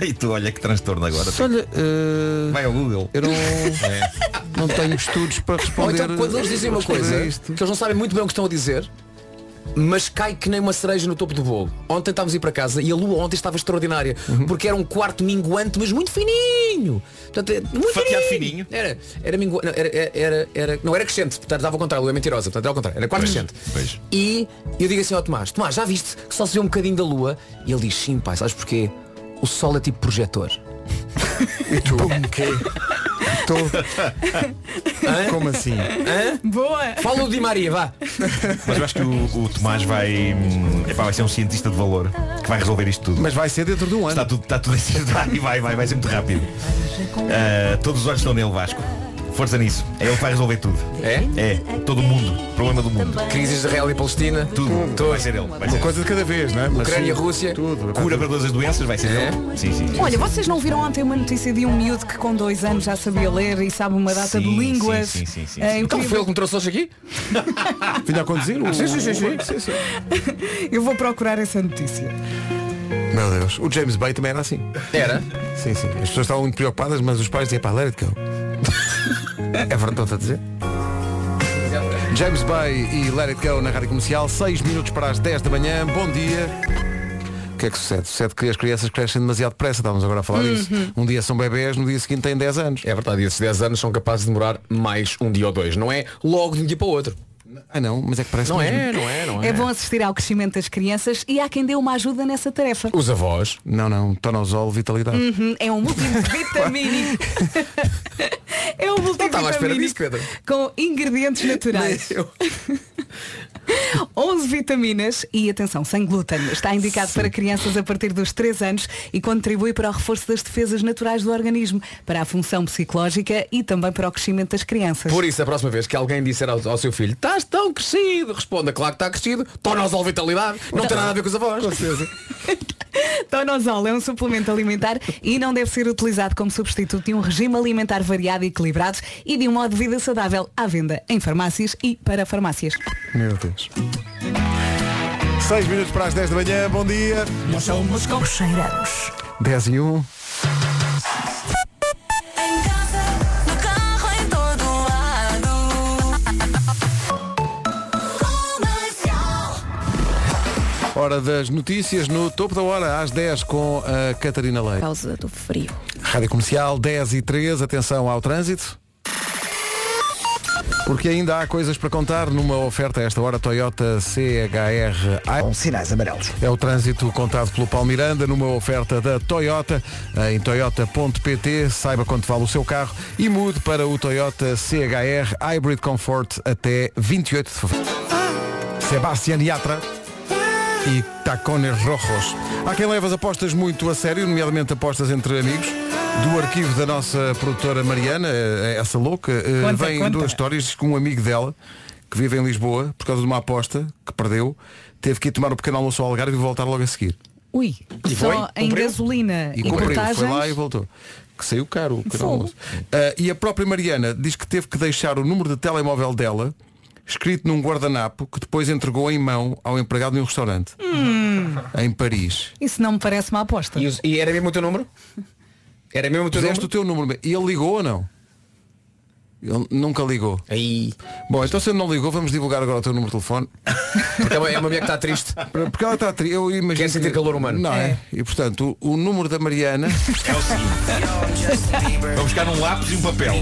Speaker 6: e tu olha que transtorno agora.
Speaker 1: Se olha, eh,
Speaker 6: Vai ao Google.
Speaker 1: Eu não, É. não tenho estudos para
Speaker 7: Ou
Speaker 1: responder.
Speaker 7: então quando eles dizem uma
Speaker 1: responder
Speaker 7: coisa
Speaker 1: a isto.
Speaker 7: que eles não sabem muito bem o que estão a dizer, mas cai que nem uma cereja no topo do bolo. Ontem estávamos a ir para casa e a lua ontem estava extraordinária,
Speaker 1: Uhum.
Speaker 7: porque era um quarto minguante, mas muito fininho. Portanto, é muito
Speaker 6: Fatiado
Speaker 7: fininho. Era, era minguante, não, era, era, era- não era crescente, portanto estava ao contrário, a lua é mentirosa, portanto era ao contrário, era quarto crescente.
Speaker 6: Pois.
Speaker 7: E eu digo assim ao Tomás, Tomás, já viste que só se vê um bocadinho da lua? E ele diz, sim pai, sabes porquê? O sol é tipo projetor.
Speaker 1: e tu? Como assim?
Speaker 4: Boa!
Speaker 7: Fala o Di Maria, vá!
Speaker 6: Mas eu acho que o, o Tomás vai, hum, epá, vai ser um cientista de valor que vai resolver isto tudo.
Speaker 1: Mas vai ser dentro de um ano.
Speaker 6: Está tudo, está tudo a vai, vai, vai, vai ser muito rápido. Ah, todos os olhos estão nele, Vasco. Força nisso. É ele que vai resolver tudo.
Speaker 7: É?
Speaker 6: É. Todo mundo. Problema do mundo.
Speaker 7: Crises de Israel e Palestina.
Speaker 6: Tudo. Vai ser ele. Vai ser
Speaker 1: Uma coisa de cada vez, não é? Mas
Speaker 6: Ucrânia,
Speaker 1: sim,
Speaker 7: Rússia.
Speaker 1: Tudo.
Speaker 6: Cura para todas as doenças, vai ser ele. Sim, sim. sim.
Speaker 4: Olha, vocês não viram ontem uma notícia de um miúdo que com dois anos já sabia ler e sabe uma data de
Speaker 6: Sim,
Speaker 4: línguas.
Speaker 6: sim, sim, sim, sim,
Speaker 4: É
Speaker 6: sim.
Speaker 7: Então
Speaker 4: incrível.
Speaker 7: foi ele que me trouxe hoje aqui?
Speaker 1: Vinha a conduzir? o-
Speaker 4: Sim, sim, sim, sim.
Speaker 1: Sim, sim.
Speaker 4: Eu vou procurar essa notícia.
Speaker 1: Meu Deus, o James Bay também era assim.
Speaker 7: Era?
Speaker 1: Sim, sim. As pessoas estavam muito preocupadas, mas os pais diziam, pá, let it go. é verdade, estou-te a dizer? James Bay e Let It Go na Rádio Comercial, 6 minutos para as 10 da manhã, bom dia. O que é que sucede? Sucede que as crianças crescem demasiado depressa, estávamos agora a falar disso. Um dia são bebés, no dia seguinte têm 10 anos.
Speaker 7: É verdade, e esses 10 anos são capazes de demorar mais um dia ou dois. Não é logo de um dia para o outro.
Speaker 1: Ah não, mas é que parece
Speaker 7: Não
Speaker 1: mesmo.
Speaker 7: é, não é, não é.
Speaker 4: É bom assistir ao crescimento das crianças e há quem dê uma ajuda nessa tarefa.
Speaker 7: Os avós.
Speaker 1: Não, não, tonozol, vitalidade.
Speaker 7: Hum,
Speaker 4: Uhum, é um multivitamínico. é um
Speaker 7: estava à espera
Speaker 4: multivitamínico
Speaker 7: disso, Pedro.
Speaker 4: com ingredientes naturais. 11 vitaminas e atenção, sem glúten. Está indicado para crianças a partir dos 3 anos e contribui para o reforço das defesas naturais do organismo, para a função psicológica e também para o crescimento das crianças.
Speaker 7: Por isso, a próxima vez que alguém disser ao, ao seu filho, estás tão crescido, responda, claro que está crescido, torna-os à vitalidade, não tem nada a ver com os avós.
Speaker 4: Tonosol é um suplemento alimentar e não deve ser utilizado como substituto de um regime alimentar variado e equilibrado e de um modo de vida saudável à venda em farmácias e para farmácias.
Speaker 1: Meu Deus. 6 minutos para as 10 da manhã, bom dia.
Speaker 4: Nós somos cocheiros.
Speaker 1: 10 e 1.
Speaker 10: No carro em todo lado.
Speaker 1: Hora das notícias no topo da hora, às 10 com a Catarina Leite.
Speaker 14: causa do frio.
Speaker 1: Rádio É Comercial 10 e 3, atenção ao trânsito. Porque ainda há coisas para contar numa oferta a esta hora Toyota CHR
Speaker 3: Com sinais amarelos.
Speaker 1: É o trânsito contado pelo Paulo Miranda numa oferta da Toyota em toyota.pt, saiba quanto vale o seu carro e mude para o Toyota CHR Hybrid Comfort até 28 de fevereiro. Sebastián Yatra e Tacones Rojos. Há quem leva as apostas muito a sério, nomeadamente apostas entre amigos. Do arquivo da nossa produtora Mariana, eh, essa louca, eh,
Speaker 18: Conta,
Speaker 1: vem
Speaker 18: conta.
Speaker 1: duas histórias Diz que um amigo dela, que vive em Lisboa, por causa de uma aposta que perdeu, teve que ir tomar o pequeno almoço ao Algarve e voltar logo a seguir.
Speaker 4: Ui,
Speaker 1: E
Speaker 4: só
Speaker 1: foi?
Speaker 4: em
Speaker 1: Cumpriu?
Speaker 4: gasolina
Speaker 1: E
Speaker 4: e,
Speaker 1: cumpriu,
Speaker 4: portagens.
Speaker 1: foi lá e voltou. que saiu caro o canal
Speaker 18: Fogo.
Speaker 1: 11. Ah, e a própria Mariana diz que teve que deixar o número de telemóvel dela escrito num guardanapo que depois entregou em mão ao empregado de um restaurante
Speaker 4: Hum,
Speaker 1: em Paris.
Speaker 4: isso não me parece uma aposta.
Speaker 7: E, os- e era mesmo o teu número? Era mesmo o teu
Speaker 1: Puseste o teu número. E ele ligou ou não? Ele nunca ligou.
Speaker 7: Aí.
Speaker 1: Bom, então se ele não ligou, vamos divulgar agora o teu número de telefone.
Speaker 7: Porque é uma- é uma mulher que está triste.
Speaker 1: Porque ela está triste. Eu imagino Quer sentir calor humano. Não é?
Speaker 7: É.
Speaker 1: E portanto, o, o número da Mariana.
Speaker 12: É o seguinte. Vou buscar um lápis e um papel.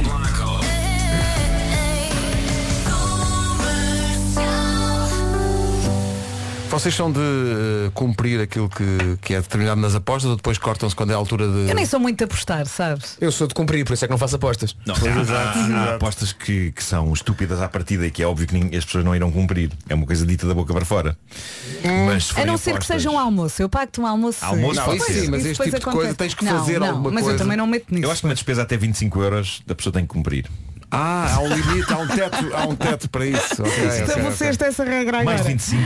Speaker 1: Vocês são de eh, cumprir aquilo que, que é determinado nas apostas ou depois cortam-se quando é a altura de.
Speaker 4: Eu nem sou muito a apostar, sabes?
Speaker 7: Eu sou de cumprir, por isso é que não faço apostas.
Speaker 6: Não,
Speaker 1: Pois,
Speaker 6: há,
Speaker 1: exato,
Speaker 6: há- há
Speaker 1: exato.
Speaker 6: apostas que, que são estúpidas à partida e que é óbvio que ninguém- as pessoas não irão cumprir. É uma coisa dita da boca para fora. Mas se
Speaker 4: A
Speaker 6: forem
Speaker 4: não ser que
Speaker 6: apostas-
Speaker 4: seja um almoço. Eu pago-te um almoço.
Speaker 6: Almoço pode
Speaker 4: Pois,
Speaker 6: ser.
Speaker 4: isso depois
Speaker 1: tipo
Speaker 4: acontece. não, não, mas eu também não meto nisso.
Speaker 6: Eu acho que uma despesa até 25 euros da pessoa tem que cumprir.
Speaker 1: Ah, há um limite, há um teto, há um teto para isso. Ok, ok, ok.
Speaker 4: Estabeleceste essa regra agora.
Speaker 6: Mais 25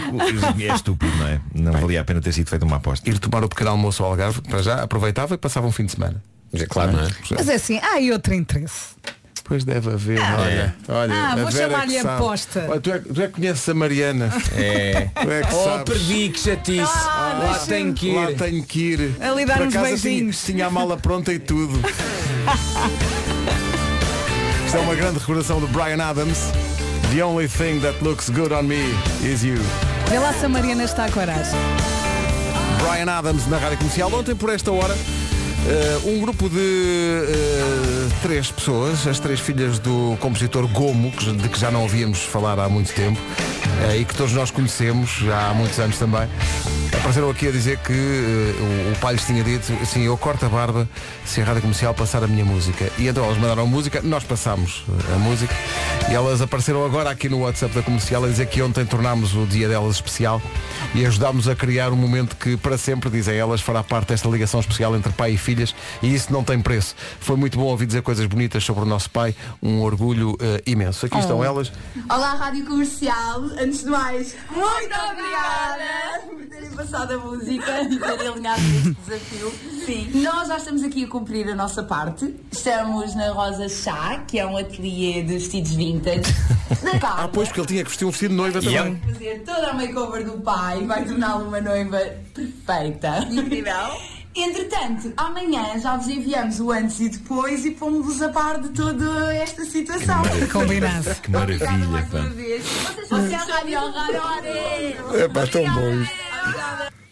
Speaker 6: é estúpido, não é? Não valia a pena ter sido feita uma aposta.
Speaker 1: Ir tomar o pequeno almoço ao Algarve, para já, aproveitava e passava um fim de semana.
Speaker 7: claro, não é?
Speaker 4: Mas é assim, há aí outro interesse.
Speaker 1: Depois deve haver,
Speaker 7: é.
Speaker 1: olha. olha
Speaker 4: Ah,
Speaker 1: a
Speaker 4: vou
Speaker 1: Vera é
Speaker 4: chamar-lhe
Speaker 1: que sabe.
Speaker 4: aposta.
Speaker 1: Olha, tu, é, tu é que conheces a Mariana.
Speaker 7: É.
Speaker 1: Tu é que
Speaker 7: oh,
Speaker 1: sabes.
Speaker 7: perdi, que chatice.
Speaker 1: Ah,
Speaker 7: lá
Speaker 1: deixa-me.
Speaker 7: tenho que ir.
Speaker 1: Lá tenho que ir.
Speaker 7: Ali dar
Speaker 1: Por
Speaker 7: uns
Speaker 1: acaso assim,
Speaker 7: beijinhos.
Speaker 1: Tinha, tinha a mala pronta e tudo. Isto é uma grande recordação do Brian Adams. The only thing that looks good on me is you.
Speaker 4: Vê lá se a Mariana está a coragem.
Speaker 1: Brian Adams na Rádio Comercial. Ontem, por esta hora, eh, um grupo de eh, três pessoas, as três filhas do compositor Gomo, que- de que já não ouvíamos falar há muito tempo, eh, e que todos nós conhecemos já há muitos anos também, apareceram aqui a dizer que eh, o, o pai lhes tinha dito, assim, eu corto a barba se a Rádio Comercial passar a minha música. E então elas mandaram a música, nós passámos eh, a música, e elas apareceram agora aqui no WhatsApp da Comercial a dizer que ontem tornámos o dia delas especial e ajudámos a criar um momento que para sempre, dizem elas, fará parte desta ligação especial entre pai e filhas e isso não tem preço. Foi muito bom ouvir dizer coisas bonitas sobre o nosso pai, um orgulho eh, imenso. Aqui estão
Speaker 19: Oh.
Speaker 1: elas.
Speaker 19: Olá, Rádio Comercial. Antes de mais, muito obrigada por terem passado a música e terem alinhado este desafio. Sim. Nós já estamos aqui a cumprir a nossa parte. Estamos na Rosa Chá, que é um ateliê de vestidos vintage. Na Pá,
Speaker 1: Ah, pois, porque ele tinha que vestir um vestido de
Speaker 7: é
Speaker 1: noiva
Speaker 19: vai
Speaker 1: também.
Speaker 19: fazer toda a makeover do pai, vai torná-lo uma noiva perfeita. Incrível. Entretanto, amanhã já vos enviamos o antes e depois e pomos-vos a par de toda esta situação.
Speaker 6: Que maravilha, pá.
Speaker 19: Você rádio
Speaker 1: É pá, tão bom isto.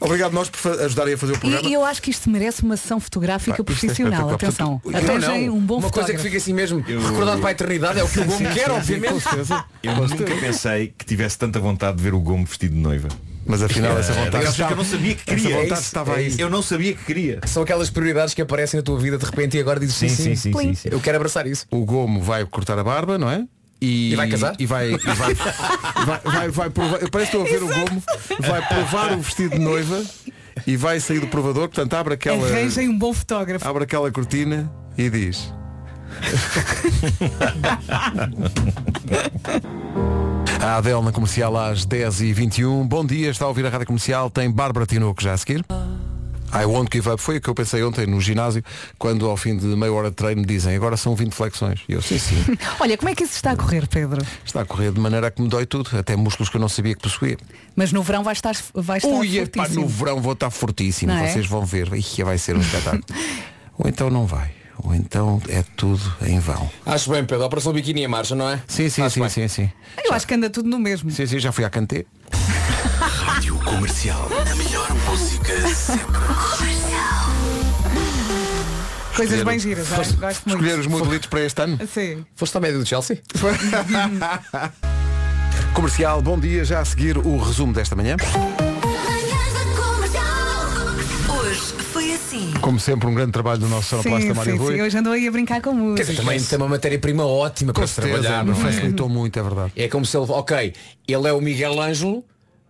Speaker 1: Obrigado nós por fa- ajudarem a fazer o programa.
Speaker 4: E eu acho que isto merece uma sessão fotográfica
Speaker 1: Pá, isto é
Speaker 4: profissional.
Speaker 1: espetacular.
Speaker 4: Atenção.
Speaker 1: Portanto,
Speaker 7: Então
Speaker 4: Arranjem um bom
Speaker 7: Uma coisa que
Speaker 4: fotógrafo.
Speaker 7: fica assim mesmo, recordado para a eternidade, é o que o Gomo quer, obviamente.
Speaker 6: Eu nunca pensei que tivesse tanta vontade de ver o Gomo vestido de noiva.
Speaker 1: Mas afinal, é- essa vontade estava-
Speaker 6: estava, É, eu não sabia que
Speaker 1: essa
Speaker 6: queria.
Speaker 1: vontade
Speaker 6: É isso,
Speaker 1: estava
Speaker 6: é
Speaker 1: aí.
Speaker 6: isso. Eu não sabia que queria.
Speaker 7: São aquelas prioridades que aparecem na tua vida de repente e agora dizes
Speaker 1: Sim, sim, sim,
Speaker 7: plim.
Speaker 1: sim, sim.
Speaker 7: Eu quero abraçar isso.
Speaker 1: O Gomo vai cortar a barba, não é? E,
Speaker 7: E vai casar?
Speaker 1: E vai, e vai, vai, vai, vai provar. eu Parece que estou a ver o Gomo. Vai provar o vestido de noiva e vai sair do provador. Portanto, abre aquela,
Speaker 4: Arranjem um bom fotógrafo.
Speaker 1: abre aquela cortina e diz. A Adele na comercial às 10h21. Bom dia, está a ouvir a rádio comercial. Tem Bárbara Tinoco já a seguir. I won't give up. Foi o que eu pensei ontem no ginásio, quando ao fim de meia hora de treino dizem agora são 20 flexões. E eu, sim, sim.
Speaker 4: Olha, como é que isso está a correr, Pedro?
Speaker 1: Está a correr de maneira a que me dói tudo, até músculos que eu não sabia que possuía.
Speaker 4: Mas no verão vai estar, vai estar
Speaker 1: Ui, epá,
Speaker 4: fortíssimo.
Speaker 1: no verão vou estar fortíssimo,
Speaker 4: Não é?
Speaker 1: vocês vão ver. Ih, vai ser um espetáculo. ou então não vai, ou então é tudo em vão.
Speaker 7: Acho bem, Pedro, a operação biquíni em marcha, não é?
Speaker 1: Sim, sim, sim, sim, sim.
Speaker 4: Eu acho que anda tudo no mesmo.
Speaker 1: Sim, sim, já fui à Cantê.
Speaker 12: Rádio Comercial. A melhor música sempre.
Speaker 4: Coisas bem giras, não é? gosto muito.
Speaker 1: Escolher os modelitos para este ano?
Speaker 4: Sim.
Speaker 7: Foste ao médio do Chelsea?
Speaker 1: Comercial, bom dia, já a seguir o resumo desta manhã.
Speaker 9: Hoje foi assim.
Speaker 1: Como sempre, um grande trabalho do nosso sonoplasta
Speaker 4: Sim,
Speaker 1: Mário
Speaker 4: sim,
Speaker 1: Rui.
Speaker 4: sim. Hoje andou aí a brincar com música.
Speaker 7: Também tem uma matéria-prima ótima para se
Speaker 1: certeza,
Speaker 7: trabalhar.
Speaker 1: me
Speaker 7: não é?
Speaker 1: facilitou muito, é verdade.
Speaker 7: É como se ele, ok, ele é o Miguel Ângelo,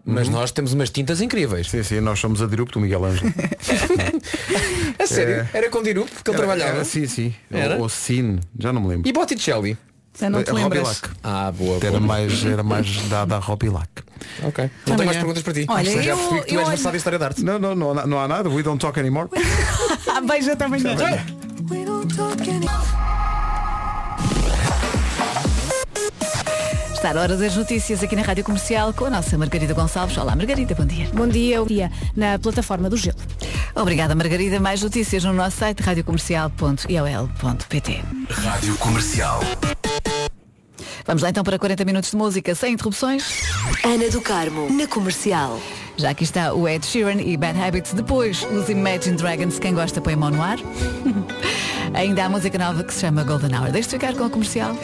Speaker 7: mas nós temos umas tintas incríveis.
Speaker 1: Uhum. Sim, sim, nós somos a Dirup do Miguel Ângelo.
Speaker 7: A sério? Era com Dirup que ele
Speaker 1: É. Era-
Speaker 7: trabalhava?
Speaker 1: era, sim, sim.
Speaker 7: Era?
Speaker 1: Ou, ou Cine, já não me lembro.
Speaker 7: E Botticelli?
Speaker 4: Já não te
Speaker 1: Robbie
Speaker 4: lembras.
Speaker 1: Lack.
Speaker 7: Ah, boa,
Speaker 1: Era
Speaker 7: boa.
Speaker 1: mais, era mais dada a Robbie Lack.
Speaker 7: Ok. Não tenho mais perguntas para ti.
Speaker 4: Olha,
Speaker 7: já
Speaker 4: eu-
Speaker 7: percebi que tu
Speaker 4: eu
Speaker 7: és
Speaker 4: olho-
Speaker 7: versado em história de arte.
Speaker 1: Não, não, não, há- não há nada. We don't talk anymore.
Speaker 4: Ah, Beijo até amanhã.
Speaker 1: Tchau.
Speaker 4: Tchau.
Speaker 14: Está a hora das notícias aqui na Rádio Comercial com a nossa Margarida Gonçalves. Olá, Margarida, bom dia.
Speaker 20: Bom dia, bom dia na plataforma do Gelo.
Speaker 14: Obrigada, Margarida. Mais notícias no nosso site radiocomercial.iol.pt.
Speaker 6: Rádio Comercial.
Speaker 14: Vamos lá então para 40 minutos de música sem interrupções. Ana do Carmo, na comercial. Já aqui está o Ed Sheeran e Bad Habits. Depois, os Imagine Dragons, quem gosta põe a mão no ar. Ainda há música nova que se chama Golden Hour. Deixe-te ficar com a comercial.